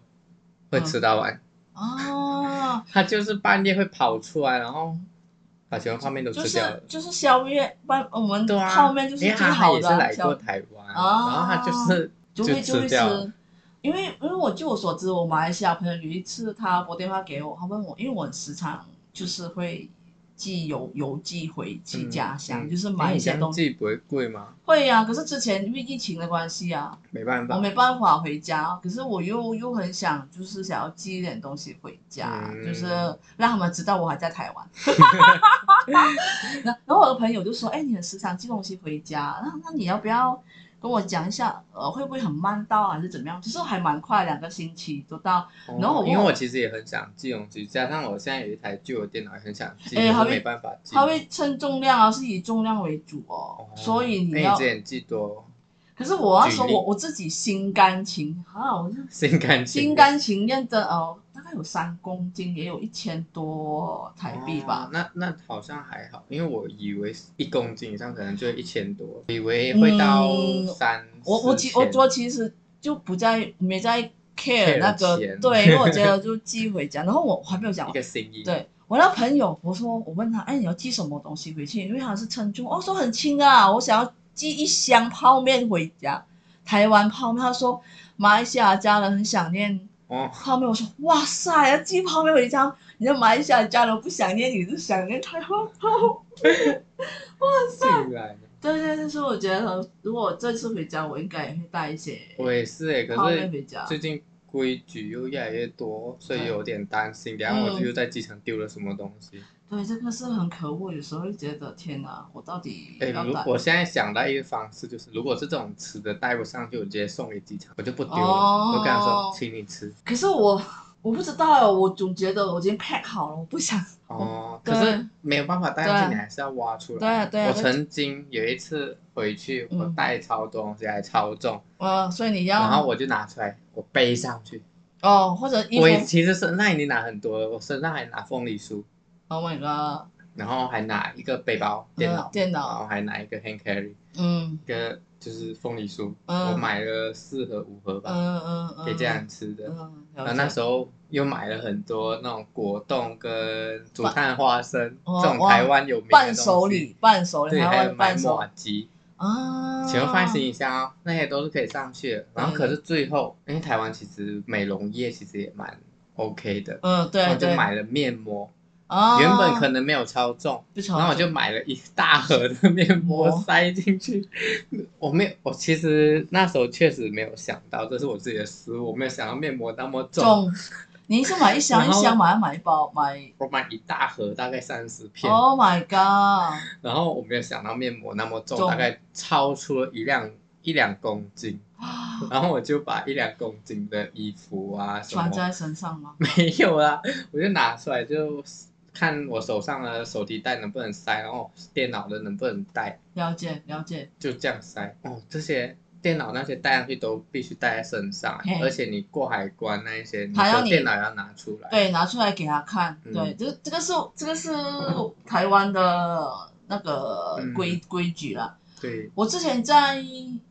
[SPEAKER 1] 会吃到完，
[SPEAKER 2] 啊，
[SPEAKER 1] 他就是半夜会跑出来，然后把全部泡面都
[SPEAKER 2] 就
[SPEAKER 1] 吃掉了
[SPEAKER 2] 是。就是宵夜，不然我们
[SPEAKER 1] 对啊，
[SPEAKER 2] 泡面就是
[SPEAKER 1] 因
[SPEAKER 2] 最
[SPEAKER 1] 为他
[SPEAKER 2] 好
[SPEAKER 1] 也是
[SPEAKER 2] 的啊、
[SPEAKER 1] 来
[SPEAKER 2] 宵
[SPEAKER 1] 过台湾，
[SPEAKER 2] 啊
[SPEAKER 1] 然后他就是
[SPEAKER 2] 就会就
[SPEAKER 1] 吃
[SPEAKER 2] 会
[SPEAKER 1] 掉了。
[SPEAKER 2] 吃。因为因为我据我所知，我马来西亚朋友有一次他拨电话给我，他问我，因为我很时常就是会寄邮邮寄回寄
[SPEAKER 1] 嗯
[SPEAKER 2] 家乡，
[SPEAKER 1] 嗯
[SPEAKER 2] 就是
[SPEAKER 1] 你
[SPEAKER 2] 买一些
[SPEAKER 1] 相
[SPEAKER 2] 东西。
[SPEAKER 1] 寄不会贵吗？
[SPEAKER 2] 会呀、可是之前因为疫情的关系啊，
[SPEAKER 1] 没办
[SPEAKER 2] 我
[SPEAKER 1] 法，
[SPEAKER 2] 没办法回家，可是我又又很想，就是想要寄一点东西回家，
[SPEAKER 1] 嗯
[SPEAKER 2] 就是让他们知道我还在台 湾。 然然后我的朋友就说：“哎，你很时常寄东西回家，那那你要不要跟我讲一下？呃，会不会很慢到啊还是怎么样？其实还蛮快，两个星期就到。
[SPEAKER 1] 哦
[SPEAKER 2] 然后我
[SPEAKER 1] 因为我其实也很想寄东西，加上我现在有一台旧的电脑，也很想寄，
[SPEAKER 2] 哎
[SPEAKER 1] 可
[SPEAKER 2] 还
[SPEAKER 1] 是
[SPEAKER 2] 会
[SPEAKER 1] 没办法寄。
[SPEAKER 2] 它会称重量啊，是以重量为主哦，
[SPEAKER 1] 哦，
[SPEAKER 2] 所以你
[SPEAKER 1] 那
[SPEAKER 2] 要
[SPEAKER 1] 你之。前寄多
[SPEAKER 2] 可是我要说
[SPEAKER 1] 举例
[SPEAKER 2] 我我自己心甘情啊，我就
[SPEAKER 1] 心甘情
[SPEAKER 2] 心甘情愿的哦，大概有三公斤，也有一千多台币吧
[SPEAKER 1] 哦。那那好像还好，因为我以为一公斤以上可能就一千多，以为会到
[SPEAKER 2] 嗯
[SPEAKER 1] 三、
[SPEAKER 2] 我我其我我
[SPEAKER 1] 昨
[SPEAKER 2] 其实就不在没在 care
[SPEAKER 1] care
[SPEAKER 2] 那个
[SPEAKER 1] 钱
[SPEAKER 2] 对，因为我觉得就寄回家。然后我我还没有讲
[SPEAKER 1] 一
[SPEAKER 2] 完，
[SPEAKER 1] 个心意，，
[SPEAKER 2] 对我那朋友，我说我问他，哎，你要寄什么东西回去？因为他是称重，哦，说很轻啊，我想要寄一箱泡面回家，台湾泡面。他说马来西亚家人很想念
[SPEAKER 1] 哦，
[SPEAKER 2] 泡面，我说哇塞，要寄泡面回家，你在马来西亚家人不想念你，是想念台湾泡面。
[SPEAKER 1] 竟
[SPEAKER 2] 啊
[SPEAKER 1] 然，
[SPEAKER 2] 对对，但是我觉得如果我这次回家，我应该也会带一些
[SPEAKER 1] 我也是哎，
[SPEAKER 2] 泡
[SPEAKER 1] 可
[SPEAKER 2] 面
[SPEAKER 1] 是
[SPEAKER 2] 回家。
[SPEAKER 1] 最近规矩又越来越多，所以有点担心，等下
[SPEAKER 2] 嗯
[SPEAKER 1] 我就又在机场丢了什么东西。
[SPEAKER 2] 对，这个是很可恶，有时候会觉得天哪，我到底
[SPEAKER 1] 哎、
[SPEAKER 2] 要
[SPEAKER 1] 如
[SPEAKER 2] 带？
[SPEAKER 1] 我现在想到一个方式，就是如果是这种吃的带不上去，我直接送给机场，我就不丢了，
[SPEAKER 2] 哦
[SPEAKER 1] 我跟他说，请你吃。
[SPEAKER 2] 可是我我不知道，啊我总觉得我已经 pack 好了，我不想。
[SPEAKER 1] 哦，
[SPEAKER 2] 嗯对
[SPEAKER 1] 可是没有办法带上
[SPEAKER 2] 对
[SPEAKER 1] 去，你还是要挖出来。
[SPEAKER 2] 对啊对啊
[SPEAKER 1] 我
[SPEAKER 2] 那
[SPEAKER 1] 曾经有一次回去，
[SPEAKER 2] 嗯
[SPEAKER 1] 我带超多东西，还超重，
[SPEAKER 2] 呃，所以你要
[SPEAKER 1] 然后我就拿出来，我背上去。
[SPEAKER 2] 哦，或者衣服
[SPEAKER 1] 我其实身上已经拿很多了，我身上还拿凤梨酥，
[SPEAKER 2] ，Oh my god，
[SPEAKER 1] 然后还拿一个背包、电脑，
[SPEAKER 2] 嗯电脑
[SPEAKER 1] 然后还拿一个 hand carry，
[SPEAKER 2] 嗯
[SPEAKER 1] 一个就是凤梨酥，
[SPEAKER 2] 嗯
[SPEAKER 1] 我买了四盒五盒吧，
[SPEAKER 2] 嗯嗯嗯，
[SPEAKER 1] 给家人吃的。
[SPEAKER 2] 嗯，
[SPEAKER 1] 然后那时
[SPEAKER 2] 候
[SPEAKER 1] 候又买了很多那种果冻跟竹炭花生
[SPEAKER 2] 哇
[SPEAKER 1] 这种台湾有名的
[SPEAKER 2] 伴手
[SPEAKER 1] 东西
[SPEAKER 2] 礼，伴手礼，
[SPEAKER 1] 对，
[SPEAKER 2] 还
[SPEAKER 1] 还
[SPEAKER 2] 有
[SPEAKER 1] 有买
[SPEAKER 2] 伴手
[SPEAKER 1] 马吉，
[SPEAKER 2] 啊，
[SPEAKER 1] 全部放在行李箱哦，那些都是可以上去的。然后可是最后，因为台湾其实美容业其实也蛮 OK 的，
[SPEAKER 2] 嗯，
[SPEAKER 1] 然后
[SPEAKER 2] 对
[SPEAKER 1] 就
[SPEAKER 2] 对，
[SPEAKER 1] 买了面膜，
[SPEAKER 2] 啊，
[SPEAKER 1] 原本可能没有超重，
[SPEAKER 2] 不愁，
[SPEAKER 1] 然后我就买了一大盒的面膜
[SPEAKER 2] 膜
[SPEAKER 1] 塞进去。我没有，我其实那时候确实没有想到，这是我自己的失误，我没有想到面膜那么重。
[SPEAKER 2] 重， 您是买一箱一
[SPEAKER 1] 然后
[SPEAKER 2] 箱买，还买一包买
[SPEAKER 1] 我买一大盒，大概三十片，
[SPEAKER 2] ？Oh my god！
[SPEAKER 1] 然后我没有想到面膜那么重，
[SPEAKER 2] 重
[SPEAKER 1] 大概超出了一两一两公斤。 然后我就把一两公斤的衣服啊什
[SPEAKER 2] 穿
[SPEAKER 1] 么
[SPEAKER 2] 在身上吗？
[SPEAKER 1] 没有啦，我就拿出来就看我手上的手提袋能不能塞，然后电脑的能不能带，
[SPEAKER 2] 了解了解，
[SPEAKER 1] 就这样塞。哦，这些电脑那些带上去都必须带在身上
[SPEAKER 2] 嘿，
[SPEAKER 1] 而且你过海关那一些，你
[SPEAKER 2] 还要
[SPEAKER 1] 的
[SPEAKER 2] 你
[SPEAKER 1] 电脑也要拿出来。
[SPEAKER 2] 对，拿出来给他看，
[SPEAKER 1] 嗯
[SPEAKER 2] 对，这这个是这个是台湾的那个
[SPEAKER 1] 嗯
[SPEAKER 2] 规规矩啦。
[SPEAKER 1] 对，
[SPEAKER 2] 我之前在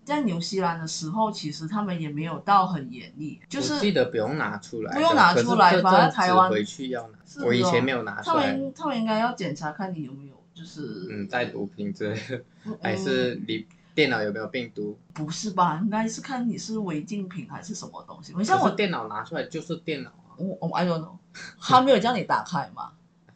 [SPEAKER 2] 在纽西兰的时候，其实他们也没有到很严厉，就
[SPEAKER 1] 我记
[SPEAKER 2] 是
[SPEAKER 1] 得不用拿出来的，
[SPEAKER 2] 不用拿出来
[SPEAKER 1] 可是这
[SPEAKER 2] 反而
[SPEAKER 1] 阵子
[SPEAKER 2] 台湾
[SPEAKER 1] 回去要拿
[SPEAKER 2] 是，哦
[SPEAKER 1] 我以前没有拿出
[SPEAKER 2] 他
[SPEAKER 1] 来。
[SPEAKER 2] 们他们应该要检查看你有没有就是
[SPEAKER 1] 嗯，带毒品之类的，
[SPEAKER 2] 嗯
[SPEAKER 1] 还是你电脑有没有病毒？
[SPEAKER 2] 不是吧？应该是看你是违禁品还是什么东西。你像
[SPEAKER 1] 像我
[SPEAKER 2] 我
[SPEAKER 1] 电脑拿出来就是电脑啊，
[SPEAKER 2] 我我 I don't know，他没有叫你打开嘛？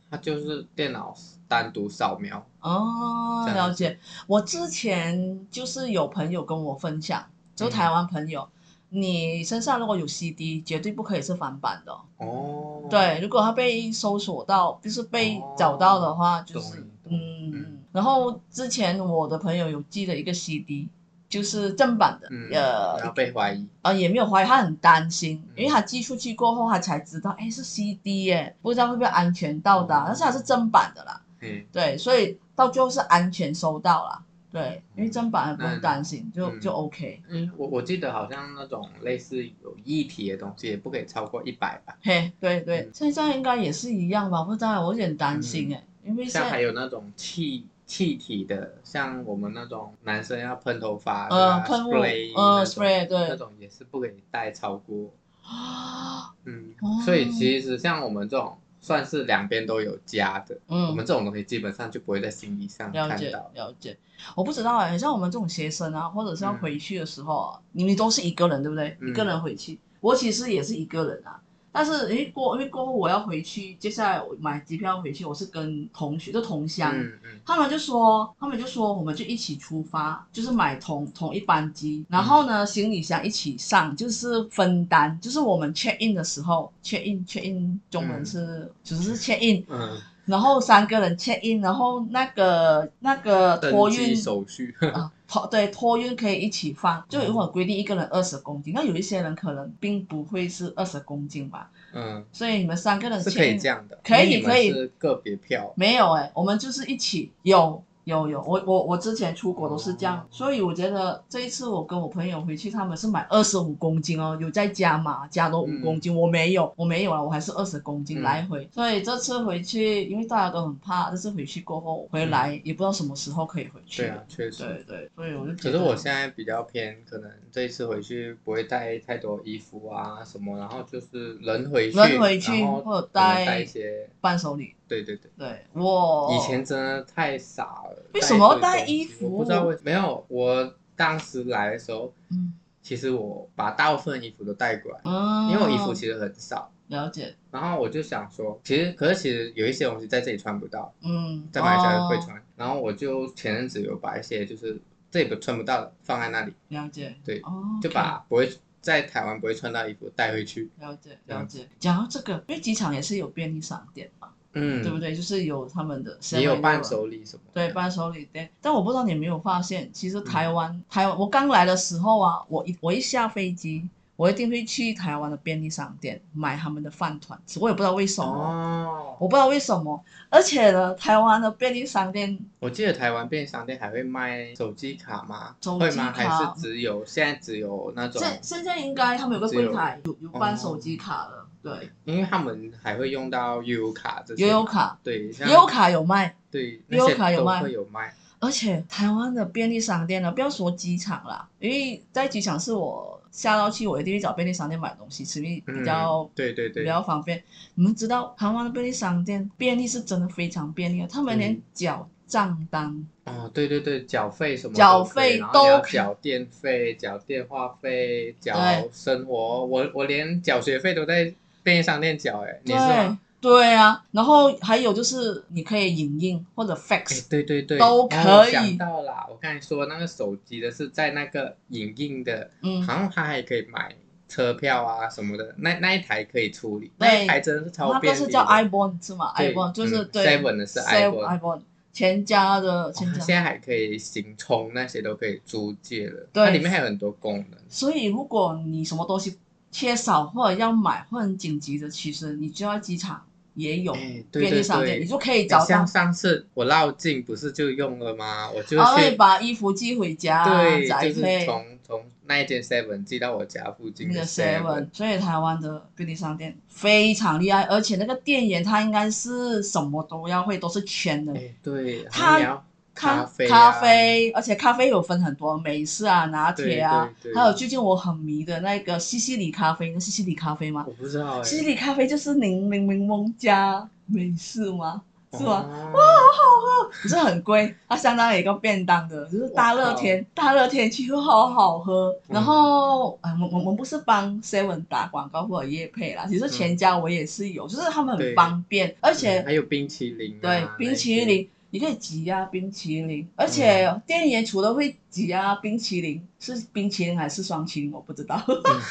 [SPEAKER 1] 它就是电脑单独扫描。
[SPEAKER 2] 哦，
[SPEAKER 1] 这样
[SPEAKER 2] 了解。我之前就是有朋友跟我分享，就
[SPEAKER 1] 嗯
[SPEAKER 2] 台湾朋友，你身上如果有 CD，绝对不可以是翻版的哦。
[SPEAKER 1] 哦，，
[SPEAKER 2] 对，如果他被搜索到，就是被找到的话，就是
[SPEAKER 1] 懂懂
[SPEAKER 2] 嗯
[SPEAKER 1] 嗯。
[SPEAKER 2] 然后之前我的朋友有寄了一个 CD，就是正版的，
[SPEAKER 1] 嗯，然
[SPEAKER 2] 呃
[SPEAKER 1] 后被怀疑，
[SPEAKER 2] 呃也没有怀疑，他很担心，
[SPEAKER 1] 嗯
[SPEAKER 2] 因为他寄出去过后，他才知道，哎是 CD 耶，不知道会不会安全到达，
[SPEAKER 1] 哦
[SPEAKER 2] 但是它是正版的啦，
[SPEAKER 1] 嗯，
[SPEAKER 2] 对，所以到最后是安全收到啦。对，因为正版也不用
[SPEAKER 1] 嗯
[SPEAKER 2] 担心，就
[SPEAKER 1] 嗯
[SPEAKER 2] 就 OK。
[SPEAKER 1] 嗯，我我记得好像那种类似有液体的东西也不可以超过一百吧，
[SPEAKER 2] 嘿，对对
[SPEAKER 1] 嗯，
[SPEAKER 2] 现在应该也是一样吧？不知道，我有点担心哎，因为现
[SPEAKER 1] 像还
[SPEAKER 2] 在
[SPEAKER 1] 有那种气气体的，像我们那种男生要喷头发的
[SPEAKER 2] 呃
[SPEAKER 1] 啊，
[SPEAKER 2] 喷雾
[SPEAKER 1] spray
[SPEAKER 2] 呃
[SPEAKER 1] 那种
[SPEAKER 2] spray 对
[SPEAKER 1] 那种也是不可以带超过
[SPEAKER 2] 啊，
[SPEAKER 1] 嗯
[SPEAKER 2] 哦，
[SPEAKER 1] 所以其实像我们这种算是两边都有家的，我
[SPEAKER 2] 嗯
[SPEAKER 1] 们，这种东西基本上就不会在行李上
[SPEAKER 2] 了
[SPEAKER 1] 看
[SPEAKER 2] 解
[SPEAKER 1] 到。
[SPEAKER 2] 了解。我不知道哎，像我们这种学生啊，或者是要
[SPEAKER 1] 嗯
[SPEAKER 2] 回去的时候啊，你们都是一个人对不对？
[SPEAKER 1] 嗯
[SPEAKER 2] 一个人回去，我其实也是一个人啊。但是因为过因为过后我要回去，接下来我买机票回去，我是跟同学就同乡，
[SPEAKER 1] 嗯嗯，
[SPEAKER 2] 他们就说，他们就说，我们就一起出发，就是买同同一班机，
[SPEAKER 1] 嗯
[SPEAKER 2] 然后呢，行李箱一起上，就是分担，就是我们 check in 的时候，check in check in，中文是、就是 check in，
[SPEAKER 1] 嗯，
[SPEAKER 2] 然后三个人 check in，然后那个那个托
[SPEAKER 1] 登
[SPEAKER 2] 运
[SPEAKER 1] 记手续，
[SPEAKER 2] 啊，托对托运可以一起放，就如果规定一个人二十公斤，那有一些人可能并不会是二十公斤吧，
[SPEAKER 1] 嗯，
[SPEAKER 2] 所以你们三个人
[SPEAKER 1] 是可
[SPEAKER 2] check
[SPEAKER 1] 以
[SPEAKER 2] in
[SPEAKER 1] 这样的，
[SPEAKER 2] 可
[SPEAKER 1] 因
[SPEAKER 2] 以
[SPEAKER 1] 为你们
[SPEAKER 2] 可以
[SPEAKER 1] 是个别票，
[SPEAKER 2] 没有哎、我们就是一起有有有，我我我之前出国都是这样，
[SPEAKER 1] 哦
[SPEAKER 2] 所以我觉得这一次我跟我朋友回去，他们是买二十五公斤哦，有在加嘛，加多五
[SPEAKER 1] 嗯
[SPEAKER 2] 公斤，我没有，我没有啊，我还是二十公
[SPEAKER 1] 嗯
[SPEAKER 2] 斤来回，所以这次回去，因为大家都很怕，这次回去过后回来、也不知道什么时候可以回
[SPEAKER 1] 嗯
[SPEAKER 2] 去
[SPEAKER 1] 对
[SPEAKER 2] 了
[SPEAKER 1] 啊，，确实。
[SPEAKER 2] 对对，所以我就觉
[SPEAKER 1] 可
[SPEAKER 2] 得
[SPEAKER 1] 是我现在比较偏，可能这一次回去不会带太多衣服啊什么，然后就是人回去，
[SPEAKER 2] 人回去
[SPEAKER 1] 然后可
[SPEAKER 2] 或者
[SPEAKER 1] 能
[SPEAKER 2] 带
[SPEAKER 1] 带一些，
[SPEAKER 2] 伴手礼，
[SPEAKER 1] 对对对。
[SPEAKER 2] 对我
[SPEAKER 1] 以前真的太傻了，
[SPEAKER 2] 为什么要
[SPEAKER 1] 带
[SPEAKER 2] 带衣服
[SPEAKER 1] 这个东西我不知道为没有，我当时来的时候，
[SPEAKER 2] 嗯
[SPEAKER 1] 其实我把大部分衣服都带过来，
[SPEAKER 2] 嗯，
[SPEAKER 1] 因为我衣服其实很少。
[SPEAKER 2] 了解，
[SPEAKER 1] 然后我就想说，其实可是其实有一些东西在这里穿不到，
[SPEAKER 2] 嗯，
[SPEAKER 1] 在马来西亚会
[SPEAKER 2] 哦，
[SPEAKER 1] 穿。然后我就前阵子有把一些就是这里不穿不到的放在那里，
[SPEAKER 2] 了解，
[SPEAKER 1] 对
[SPEAKER 2] 哦，
[SPEAKER 1] 就把不会在台湾不会穿到衣服带回去。
[SPEAKER 2] 了解
[SPEAKER 1] 这
[SPEAKER 2] 了
[SPEAKER 1] 样
[SPEAKER 2] 解。讲到这个，因为机场也是有便利商店嘛，
[SPEAKER 1] 嗯，
[SPEAKER 2] 对不？对？就是有他们的 7-Eleven，啊
[SPEAKER 1] 也有伴手礼什么的？
[SPEAKER 2] 对伴手礼店，但我不知道你有没有发现，其
[SPEAKER 1] 嗯
[SPEAKER 2] 实台湾、台湾，我刚来的时候啊，我一我一下飞机。我一定会去台湾的便利商店买他们的饭团吃，我也不知道为什么，
[SPEAKER 1] 哦，
[SPEAKER 2] 我不知道为什么。而且呢，台湾的便利商店
[SPEAKER 1] 我记得台湾便利商店还会卖手机卡吗？
[SPEAKER 2] 手
[SPEAKER 1] 会
[SPEAKER 2] 机
[SPEAKER 1] 吗？还
[SPEAKER 2] 卡
[SPEAKER 1] 是只有现在只有那种？
[SPEAKER 2] 现现在应该他们有个柜台有
[SPEAKER 1] 哦
[SPEAKER 2] 有办手机卡了，对，
[SPEAKER 1] 因为他们还会用到悠游卡这些。
[SPEAKER 2] 悠游卡，
[SPEAKER 1] 对，像
[SPEAKER 2] 悠游卡有卖，
[SPEAKER 1] 对
[SPEAKER 2] 悠游卡
[SPEAKER 1] 那些
[SPEAKER 2] 有
[SPEAKER 1] 都
[SPEAKER 2] 卖
[SPEAKER 1] 会有卖。
[SPEAKER 2] 而且台湾的便利商店呢，不要说机场啦，因为在机场是我下到去，我一定会找便利商店买东西吃，因为比较、
[SPEAKER 1] 嗯、对对对，
[SPEAKER 2] 比较方便。你们知道台湾的便利商店便利是真的非常便利的，他们连
[SPEAKER 1] 嗯
[SPEAKER 2] 缴账单，
[SPEAKER 1] 哦，对对对，缴费什么都
[SPEAKER 2] 缴
[SPEAKER 1] 可以
[SPEAKER 2] 费
[SPEAKER 1] 然后你要
[SPEAKER 2] 都可以
[SPEAKER 1] 缴电费、缴电话费、缴
[SPEAKER 2] 对
[SPEAKER 1] 生活，我我连缴学费都在便利商店缴，哎，你是
[SPEAKER 2] 对
[SPEAKER 1] 吗？
[SPEAKER 2] 对啊，然后还有就是你可以影印 或者 fax，、
[SPEAKER 1] 哎，对对对，
[SPEAKER 2] 都
[SPEAKER 1] 哦
[SPEAKER 2] 可
[SPEAKER 1] 我
[SPEAKER 2] 以
[SPEAKER 1] 想到啦，我刚才说那个手机的是在那个影印的，
[SPEAKER 2] 嗯，
[SPEAKER 1] 好像它还可以买车票啊什么的，那那一台可以处理，
[SPEAKER 2] 对
[SPEAKER 1] 那一台真的是超
[SPEAKER 2] 那
[SPEAKER 1] 便
[SPEAKER 2] 个
[SPEAKER 1] 利的。
[SPEAKER 2] 是叫 iBond 是吗
[SPEAKER 1] 对
[SPEAKER 2] ？iBond 就是、
[SPEAKER 1] 嗯
[SPEAKER 2] 对
[SPEAKER 1] Seven 的是 iBond
[SPEAKER 2] iBond，全家的
[SPEAKER 1] 哦
[SPEAKER 2] 全
[SPEAKER 1] 它
[SPEAKER 2] 家。
[SPEAKER 1] 现在还可以行充，那些都可以租借了，
[SPEAKER 2] 对
[SPEAKER 1] 它里面还有很多功能。
[SPEAKER 2] 所以，如果你什么东西缺少或者要买或者很紧急的，其实你就要机场也有
[SPEAKER 1] 哎，对
[SPEAKER 2] 便利
[SPEAKER 1] 对
[SPEAKER 2] 商店，
[SPEAKER 1] 对
[SPEAKER 2] 你，就可以
[SPEAKER 1] 欸
[SPEAKER 2] 找到
[SPEAKER 1] 像，上次我绕境不是就用了吗？我就
[SPEAKER 2] 然后你
[SPEAKER 1] 去
[SPEAKER 2] 哎把衣服寄回家，哦宅
[SPEAKER 1] 对，就是
[SPEAKER 2] 配
[SPEAKER 1] 从从那一间 Seven 寄到我家附近
[SPEAKER 2] 那个
[SPEAKER 1] Seven
[SPEAKER 2] seven。。所以台湾的便利商店非常厉害，而且那个店员他应该是什么都要会，都是全能。
[SPEAKER 1] 哎，对，然
[SPEAKER 2] 它
[SPEAKER 1] 后你要
[SPEAKER 2] 咖
[SPEAKER 1] 咖啡啊
[SPEAKER 2] 咖啡，而且咖啡有分很多，美式啊、拿铁啊
[SPEAKER 1] 对对，对
[SPEAKER 2] 还有最近我很迷的那个西西里咖啡，那西西里咖啡吗？
[SPEAKER 1] 我不知道哎，
[SPEAKER 2] 西里咖啡就是柠柠柠檬加美式吗？
[SPEAKER 1] 哦
[SPEAKER 2] 是吗？
[SPEAKER 1] 吗？哇，
[SPEAKER 2] 可是很贵，它相当于一个便当的，就是大热天，大热天去会好好喝。
[SPEAKER 1] 哦嗯
[SPEAKER 2] 然后，哎、我我我们不是帮 Seven 打广告或者夜配啦，其实全家我也是有，就是他们很
[SPEAKER 1] 嗯对嗯
[SPEAKER 2] 方便，而且、
[SPEAKER 1] 还有冰淇淋啊，
[SPEAKER 2] 对
[SPEAKER 1] 那
[SPEAKER 2] 冰淇
[SPEAKER 1] 一些，
[SPEAKER 2] 淋。你可以挤压、冰淇淋，而且
[SPEAKER 1] 嗯
[SPEAKER 2] 店员除了会挤压、冰淇淋，是冰淇淋还是双淇淋我不知道。
[SPEAKER 1] 嗯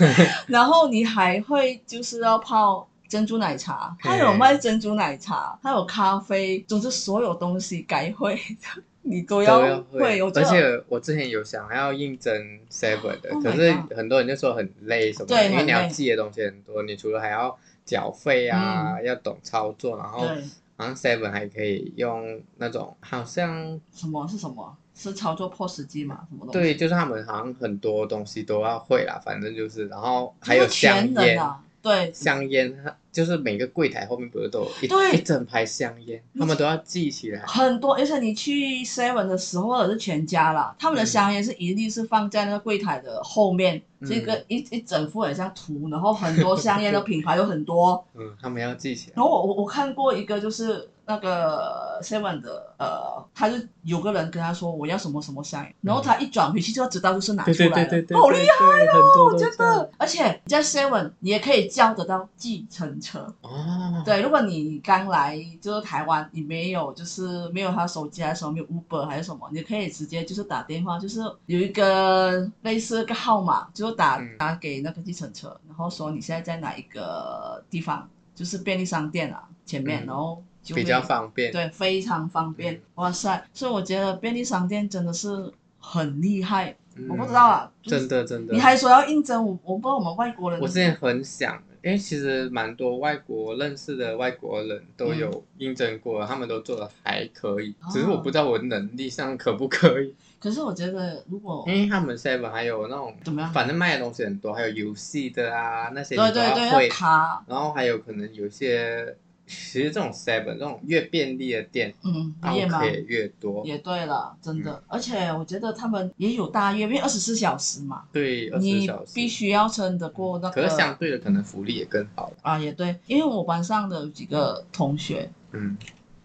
[SPEAKER 2] 然后你还会就是要泡珍珠奶茶，它有
[SPEAKER 1] 嘿
[SPEAKER 2] 卖珍珠奶茶，它有咖啡，总之所有东西该会 的你都
[SPEAKER 1] 都
[SPEAKER 2] 要
[SPEAKER 1] 要
[SPEAKER 2] 会。我觉
[SPEAKER 1] 而
[SPEAKER 2] 得
[SPEAKER 1] 且我之前有想要应征 Seven 的
[SPEAKER 2] Oh，my
[SPEAKER 1] 可是
[SPEAKER 2] Oh God
[SPEAKER 1] 很多人就说很累什么
[SPEAKER 2] 对
[SPEAKER 1] 的，因为你要
[SPEAKER 2] 很累
[SPEAKER 1] 记的东西很多，你除了还要缴费
[SPEAKER 2] 嗯
[SPEAKER 1] 啊，要懂操作，然后
[SPEAKER 2] 对
[SPEAKER 1] 好像 Seven 还可以用那种，好像
[SPEAKER 2] 什么是什么是操作 POS 机嘛？什么东西？
[SPEAKER 1] 对，就是他们好像很多东西都要会啦，反正就是，然后
[SPEAKER 2] 它
[SPEAKER 1] 还有香
[SPEAKER 2] 全能
[SPEAKER 1] 烟，
[SPEAKER 2] 啊，对
[SPEAKER 1] 香烟它就是每个柜台后面不是都有
[SPEAKER 2] 对
[SPEAKER 1] 一一整排香烟，
[SPEAKER 2] 你
[SPEAKER 1] 他们都要记起来。
[SPEAKER 2] 很多，而且你去 Seven 的时候，或者是全家啦，他们的
[SPEAKER 1] 嗯
[SPEAKER 2] 香烟是一律是放在那个柜台的后面，
[SPEAKER 1] 嗯
[SPEAKER 2] 这个一一整副很像图，然后很多 香烟的品牌有很多，
[SPEAKER 1] 嗯，他们要记起来。
[SPEAKER 2] 然后我我我看过一个就是那个呃 Seven 的呃，他就有个人跟他说我要什么什么香，然后他一转回去就知道就是哪出
[SPEAKER 1] 对对
[SPEAKER 2] 来
[SPEAKER 1] 对对
[SPEAKER 2] 了，
[SPEAKER 1] 对，
[SPEAKER 2] 好厉害！哦
[SPEAKER 1] 害很多都
[SPEAKER 2] 真
[SPEAKER 1] 这样
[SPEAKER 2] 的，而且在 Seven 你也可以叫得到计程车。
[SPEAKER 1] 哦，
[SPEAKER 2] 对，如果你刚来就是台湾，你没有就是没有他手机还是什么，没有 Uber 还是什么，你可以直接就是打电话，就是有一个类似个号码，就是打
[SPEAKER 1] 嗯
[SPEAKER 2] 打给那个计程车，然后说你现在在哪一个地方，就是便利商店啊前面，
[SPEAKER 1] 嗯
[SPEAKER 2] 然后就
[SPEAKER 1] 比
[SPEAKER 2] 会
[SPEAKER 1] 较方便。
[SPEAKER 2] 对，非常方便。
[SPEAKER 1] 嗯
[SPEAKER 2] 哇塞，所以我觉得便利商店真的是很厉害，
[SPEAKER 1] 嗯，
[SPEAKER 2] 我不知道啊，就是
[SPEAKER 1] 真的真的。
[SPEAKER 2] 你还说要应征，我我不知道我们外国人，
[SPEAKER 1] 我之前很想，因为其实蛮多外国认识的外国人都
[SPEAKER 2] 嗯
[SPEAKER 1] 有应征过，他们都做的还可以，
[SPEAKER 2] 哦
[SPEAKER 1] 只是我不知道我能力上可不可以，
[SPEAKER 2] 可是我觉得如果
[SPEAKER 1] 因为他们 seven 还有那种
[SPEAKER 2] 怎么样
[SPEAKER 1] 嗯反正卖的东西很多，还有游戏的啊那些你
[SPEAKER 2] 啊对
[SPEAKER 1] 都
[SPEAKER 2] 对对
[SPEAKER 1] 会
[SPEAKER 2] 要，卡，
[SPEAKER 1] 然后还有可能有些其实这种 seven 这种越便利的店，
[SPEAKER 2] 嗯，
[SPEAKER 1] 那
[SPEAKER 2] 夜
[SPEAKER 1] 我
[SPEAKER 2] 吗
[SPEAKER 1] 可？以越多，
[SPEAKER 2] 也对了，真
[SPEAKER 1] 嗯
[SPEAKER 2] 的，而且我觉得他们也有大夜，因为二十四小时嘛，
[SPEAKER 1] 对，二十
[SPEAKER 2] 你
[SPEAKER 1] 小时
[SPEAKER 2] 必须要撑得过那
[SPEAKER 1] 可是相
[SPEAKER 2] 个
[SPEAKER 1] 对的，可能福利也更好了，
[SPEAKER 2] 啊，也对，因为我班上的有几个同学，
[SPEAKER 1] 嗯，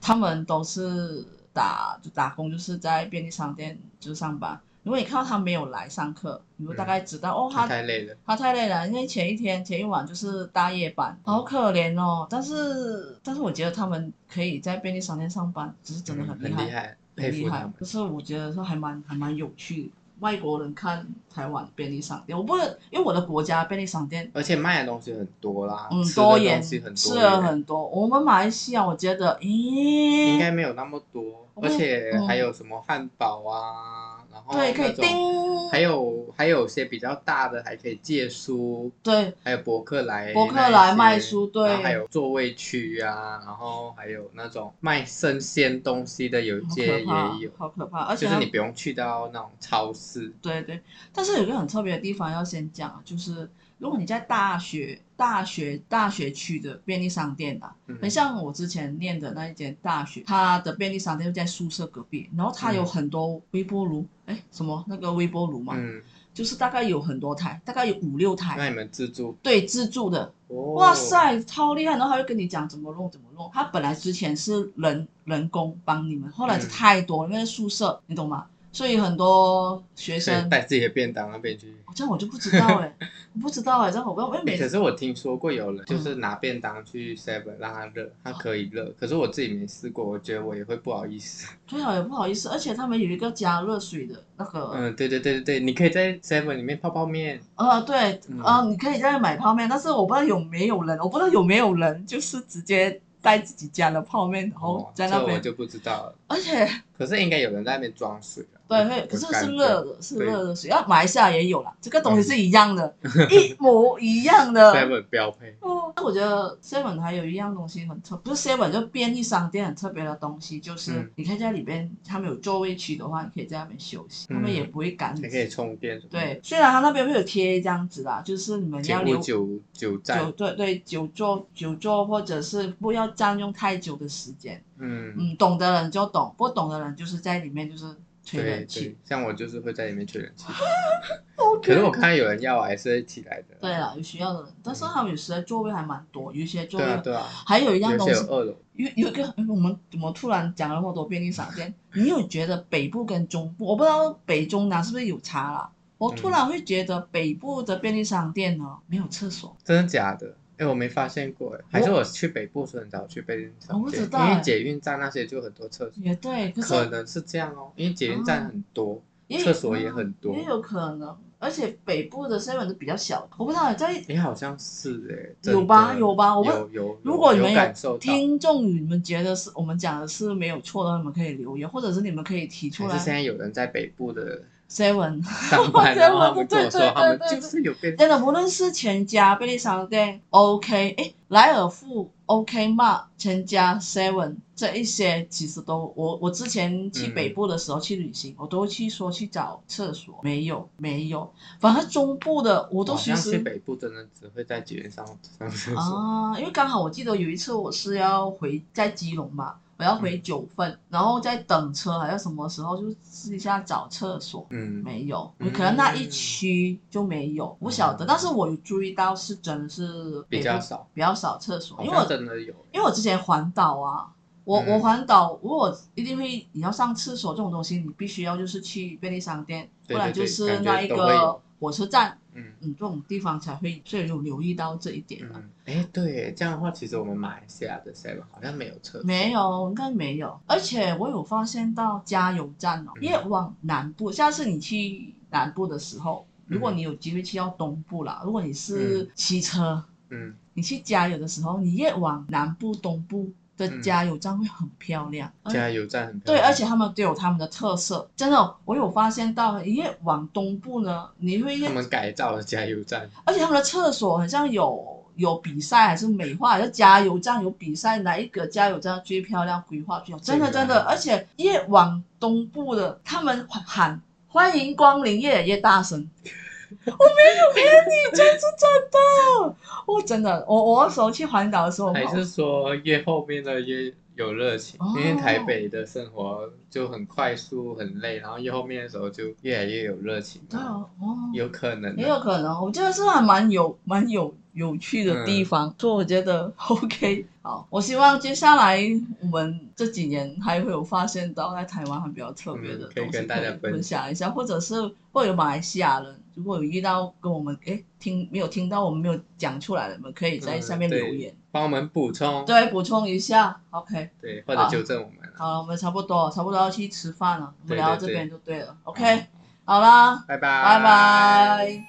[SPEAKER 2] 他们都是打就打工，就是在便利商店就上班。如果你看到他没有来上课，你就大概知道、哦，
[SPEAKER 1] 嗯
[SPEAKER 2] 他
[SPEAKER 1] 太累了，
[SPEAKER 2] 他太累了，因为前一天、前一晚就是大夜班，
[SPEAKER 1] 嗯
[SPEAKER 2] 好可怜哦。但是，但是我觉得他们可以在便利商店上班，只是真的
[SPEAKER 1] 嗯
[SPEAKER 2] 很
[SPEAKER 1] 很
[SPEAKER 2] 厉害，
[SPEAKER 1] 害，
[SPEAKER 2] 很
[SPEAKER 1] 佩
[SPEAKER 2] 厉
[SPEAKER 1] 服他
[SPEAKER 2] 害
[SPEAKER 1] 们。。
[SPEAKER 2] 就是我觉得说还蛮还蛮有趣。外国人看台湾便利商店，我不是因为我的国家便利商店，
[SPEAKER 1] 而且卖的东西很多啦，
[SPEAKER 2] 嗯，
[SPEAKER 1] 吃的
[SPEAKER 2] 多元，
[SPEAKER 1] 东西很
[SPEAKER 2] 吃
[SPEAKER 1] 多
[SPEAKER 2] 了
[SPEAKER 1] 元，
[SPEAKER 2] 很多。我们马来西亚，我觉得，
[SPEAKER 1] 应
[SPEAKER 2] 咦，
[SPEAKER 1] 该没有那么多，
[SPEAKER 2] 我
[SPEAKER 1] 而
[SPEAKER 2] 们
[SPEAKER 1] 且
[SPEAKER 2] 嗯
[SPEAKER 1] 还有什么汉堡啊，然后
[SPEAKER 2] 对，可以
[SPEAKER 1] 那种
[SPEAKER 2] 叮，
[SPEAKER 1] 还有还有些比较大的还可以借书，
[SPEAKER 2] 对，
[SPEAKER 1] 还有博客来，
[SPEAKER 2] 博客来卖书对
[SPEAKER 1] 然后还有座位区啊，然后还有那种卖生鲜东西的有
[SPEAKER 2] 好
[SPEAKER 1] 些
[SPEAKER 2] 可
[SPEAKER 1] 也
[SPEAKER 2] 怕
[SPEAKER 1] 有，，
[SPEAKER 2] 好可怕，而且
[SPEAKER 1] 就是
[SPEAKER 2] 它
[SPEAKER 1] 你不用去到那种超市，
[SPEAKER 2] 对对，但是有一个很特别的地方要先讲，就是如果你在大学、大学、大学区的便利商店啊，
[SPEAKER 1] 嗯
[SPEAKER 2] 很像我之前念的那一间大学，它的便利商店就在宿舍隔壁，然后它有
[SPEAKER 1] 嗯
[SPEAKER 2] 很多微波炉，哎、什么那个微波炉嘛，
[SPEAKER 1] 嗯，
[SPEAKER 2] 就是大概有很多台，大概有五
[SPEAKER 1] 那
[SPEAKER 2] 六台，
[SPEAKER 1] 你们自助，
[SPEAKER 2] 对，自助的，
[SPEAKER 1] 哦
[SPEAKER 2] 哇，塞，超厉害！然后他会跟你讲怎么弄怎么弄。他本来之前是人人工帮你们，后来就
[SPEAKER 1] 嗯
[SPEAKER 2] 太多了，因为宿舍你懂吗？所以很多学
[SPEAKER 1] 所以
[SPEAKER 2] 生
[SPEAKER 1] 带自己的便当那边去。
[SPEAKER 2] 哦这样我就不知道 哎、我不知道哎、这样我不知道，因为
[SPEAKER 1] 欸可
[SPEAKER 2] 每
[SPEAKER 1] 是我听说过有人
[SPEAKER 2] 嗯
[SPEAKER 1] 就是拿便当去 Seven 让它
[SPEAKER 2] 哦
[SPEAKER 1] 热，它可以热，可是我自己没试过，我觉得我也会不好意思。
[SPEAKER 2] 最啊好也不好意思，而且他们有一个加热水的那个，
[SPEAKER 1] 嗯，对对对对对，你可以在 Seven 里面泡泡面，
[SPEAKER 2] 呃，对，
[SPEAKER 1] 嗯
[SPEAKER 2] 呃，你可以在那买泡面，但是我不知道有没有人，我不知道有没有人就是直接带自己家的泡面，然后
[SPEAKER 1] 哦，
[SPEAKER 2] 在那
[SPEAKER 1] 这我
[SPEAKER 2] 边，
[SPEAKER 1] 就不知道了。
[SPEAKER 2] 而且
[SPEAKER 1] 可是应该有人在那边装水啊
[SPEAKER 2] 对，会，可是
[SPEAKER 1] 我感
[SPEAKER 2] 是
[SPEAKER 1] 觉
[SPEAKER 2] 热的，是
[SPEAKER 1] 对
[SPEAKER 2] 热的水，要马来西亚也有啦，这个东西
[SPEAKER 1] 嗯
[SPEAKER 2] 是一 样的，一模一样的。
[SPEAKER 1] Seven 标配，
[SPEAKER 2] 哦，那我觉得 Seven 还有一样东西很特，不是 Seven 就便利商店很特别的东西，就是
[SPEAKER 1] 嗯
[SPEAKER 2] 你可以在里边，他们有座位区的话，你可以在那边休息，他们
[SPEAKER 1] 嗯
[SPEAKER 2] 也不会赶你
[SPEAKER 1] 还。可以充电什么的。
[SPEAKER 2] 对，虽然他那边会有贴这样子啦，就是你们
[SPEAKER 1] 请
[SPEAKER 2] 要
[SPEAKER 1] 勿
[SPEAKER 2] 留
[SPEAKER 1] 久久
[SPEAKER 2] 久
[SPEAKER 1] 站，
[SPEAKER 2] 对对久坐久坐，或者是不要占用太久的时间。
[SPEAKER 1] 嗯，
[SPEAKER 2] 嗯，懂的人就懂，不懂的人就是在里面就是吹
[SPEAKER 1] 对
[SPEAKER 2] 冷气哦
[SPEAKER 1] 对。，像我就是会在里面吹冷气，可
[SPEAKER 2] OK
[SPEAKER 1] 是我看到有人要，我还是会起来的。
[SPEAKER 2] 对了，有需要的人，但是他们有时候座位还蛮多，有一些座
[SPEAKER 1] 对
[SPEAKER 2] 位。
[SPEAKER 1] 啊对啊，
[SPEAKER 2] 还有一样
[SPEAKER 1] 有
[SPEAKER 2] 东
[SPEAKER 1] 些
[SPEAKER 2] 西
[SPEAKER 1] 有，二楼，
[SPEAKER 2] 有有一个，哎我们怎么突然讲了那么多便利商店？你有觉得北部跟中部，我不知道北中南是不是有差啦？我
[SPEAKER 1] 嗯
[SPEAKER 2] 突然会觉得北部的便利商店呢没有厕所，
[SPEAKER 1] 真的假的？哎、我没发现过哎，还是我去北部是很少去便利商
[SPEAKER 2] 我不
[SPEAKER 1] 店，
[SPEAKER 2] 知道
[SPEAKER 1] 因
[SPEAKER 2] 哎嗯
[SPEAKER 1] 为捷运站那些就很多厕所，
[SPEAKER 2] 也对，可
[SPEAKER 1] 可
[SPEAKER 2] 是
[SPEAKER 1] 能是这样哦，因为捷运站很多，
[SPEAKER 2] 也有
[SPEAKER 1] 厕所也很多
[SPEAKER 2] 也，有可能，而且北部的 seven 都比较小，我不知道在
[SPEAKER 1] 哎、好像是哎，
[SPEAKER 2] 有吧
[SPEAKER 1] 真的
[SPEAKER 2] 有吧我不
[SPEAKER 1] 有有，
[SPEAKER 2] 如果你
[SPEAKER 1] 有
[SPEAKER 2] 们
[SPEAKER 1] 感受到，
[SPEAKER 2] 听众，你们觉得是我们讲的是没有错的，你们可以留言，或者是你们可以提出
[SPEAKER 1] 还
[SPEAKER 2] 来
[SPEAKER 1] 是现在有人在北部的
[SPEAKER 2] seven。
[SPEAKER 1] 上 班，然后他们跟我说
[SPEAKER 2] 对对对
[SPEAKER 1] 他们
[SPEAKER 2] 对对哎
[SPEAKER 1] 就是有便利
[SPEAKER 2] 真的，不论是全家、便利商店、OK，哎，莱尔富、OK Mart、全家、Seven 这一些，其实都我我之前去
[SPEAKER 1] 嗯
[SPEAKER 2] 北部的时候去旅行，我都会去说去找厕所，没有没有，反正中部的我都
[SPEAKER 1] 好
[SPEAKER 2] 随
[SPEAKER 1] 像去
[SPEAKER 2] 时
[SPEAKER 1] 北部真的只会在捷运上上 厕所，
[SPEAKER 2] 啊，因为刚好我记得有一次我是要回在基隆嘛，我要回
[SPEAKER 1] 嗯
[SPEAKER 2] 九份，然后在等车还要什么时候就试一下找厕所，
[SPEAKER 1] 嗯，
[SPEAKER 2] 没有，
[SPEAKER 1] 嗯
[SPEAKER 2] 可能那一区就没有，我不晓得。
[SPEAKER 1] 嗯
[SPEAKER 2] 但是我有注意到是真的是
[SPEAKER 1] 比较少，
[SPEAKER 2] 比较少厕所，
[SPEAKER 1] 好
[SPEAKER 2] 因为
[SPEAKER 1] 像
[SPEAKER 2] 我
[SPEAKER 1] 真的有，
[SPEAKER 2] 因为我之前环岛啊，我
[SPEAKER 1] 嗯
[SPEAKER 2] 我环岛，如果一定会你要上厕所这种东西，你必须要就是去便利商店，
[SPEAKER 1] 对对对
[SPEAKER 2] 不然就是
[SPEAKER 1] 感觉
[SPEAKER 2] 那一
[SPEAKER 1] 都会
[SPEAKER 2] 个
[SPEAKER 1] 有
[SPEAKER 2] 火车站，
[SPEAKER 1] 嗯
[SPEAKER 2] 嗯，这种地方才会最有留意到这一点啊了。
[SPEAKER 1] 嗯，哎，对，这样的话，其实我们马来西亚的 Seven 好像没有厕所，
[SPEAKER 2] 没有，应该没有。而且我有发现到加油站哦，
[SPEAKER 1] 嗯
[SPEAKER 2] 越往南部，下次你去南部的时候，
[SPEAKER 1] 嗯
[SPEAKER 2] 如果你有机会去到东部啦，如果你是骑车，
[SPEAKER 1] 嗯，
[SPEAKER 2] 你去加油的时候，你越往南部、东部的
[SPEAKER 1] 嗯
[SPEAKER 2] 加油站会很漂亮。而
[SPEAKER 1] 加油站很漂
[SPEAKER 2] 对，
[SPEAKER 1] 亮
[SPEAKER 2] 而且他们都有他们的特色，真的，我有发现到，你越往东部呢，你会越
[SPEAKER 1] 他，们改造了加油站，
[SPEAKER 2] 而且他们的厕所好像有有比赛，还是美化，还是加油站有比赛，哪一个加油站最漂亮，规划最好，真的
[SPEAKER 1] 这个
[SPEAKER 2] 真的，
[SPEAKER 1] 啊
[SPEAKER 2] 而且越往东部的，他们喊欢迎光临越来越大声。我没有骗你，这是真的。我真的，我我那时候去环岛的时候，
[SPEAKER 1] 还是说越后面的越有热情？
[SPEAKER 2] 哦
[SPEAKER 1] 因为台北的生活就很快速、很累，然后越后面的时候就越来越有热情。
[SPEAKER 2] 对啊，哦，
[SPEAKER 1] 有可能的
[SPEAKER 2] 也有可能，我觉得是还蛮有蛮有有趣
[SPEAKER 1] 嗯
[SPEAKER 2] 的地方，所以我觉得 OK。好，我希望接下来我们这几年还会有发现到在台湾很比较特别的
[SPEAKER 1] 嗯可以
[SPEAKER 2] 东西，
[SPEAKER 1] 跟大家分享
[SPEAKER 2] 分享一下，或者是或者有马来西亚人，如果有遇到跟我们诶听没有听到我们没有讲出来的，你们可以在下面
[SPEAKER 1] 嗯对
[SPEAKER 2] 留言，
[SPEAKER 1] 帮我们补充，
[SPEAKER 2] 对，补充一下。OK，
[SPEAKER 1] 对或者纠正我们啊。
[SPEAKER 2] 好了，我们差不多差不多要去吃饭了，我们
[SPEAKER 1] 对
[SPEAKER 2] 聊到
[SPEAKER 1] 对
[SPEAKER 2] 这边
[SPEAKER 1] 对
[SPEAKER 2] 就对了。OK，好啦，
[SPEAKER 1] 拜拜，
[SPEAKER 2] 拜拜。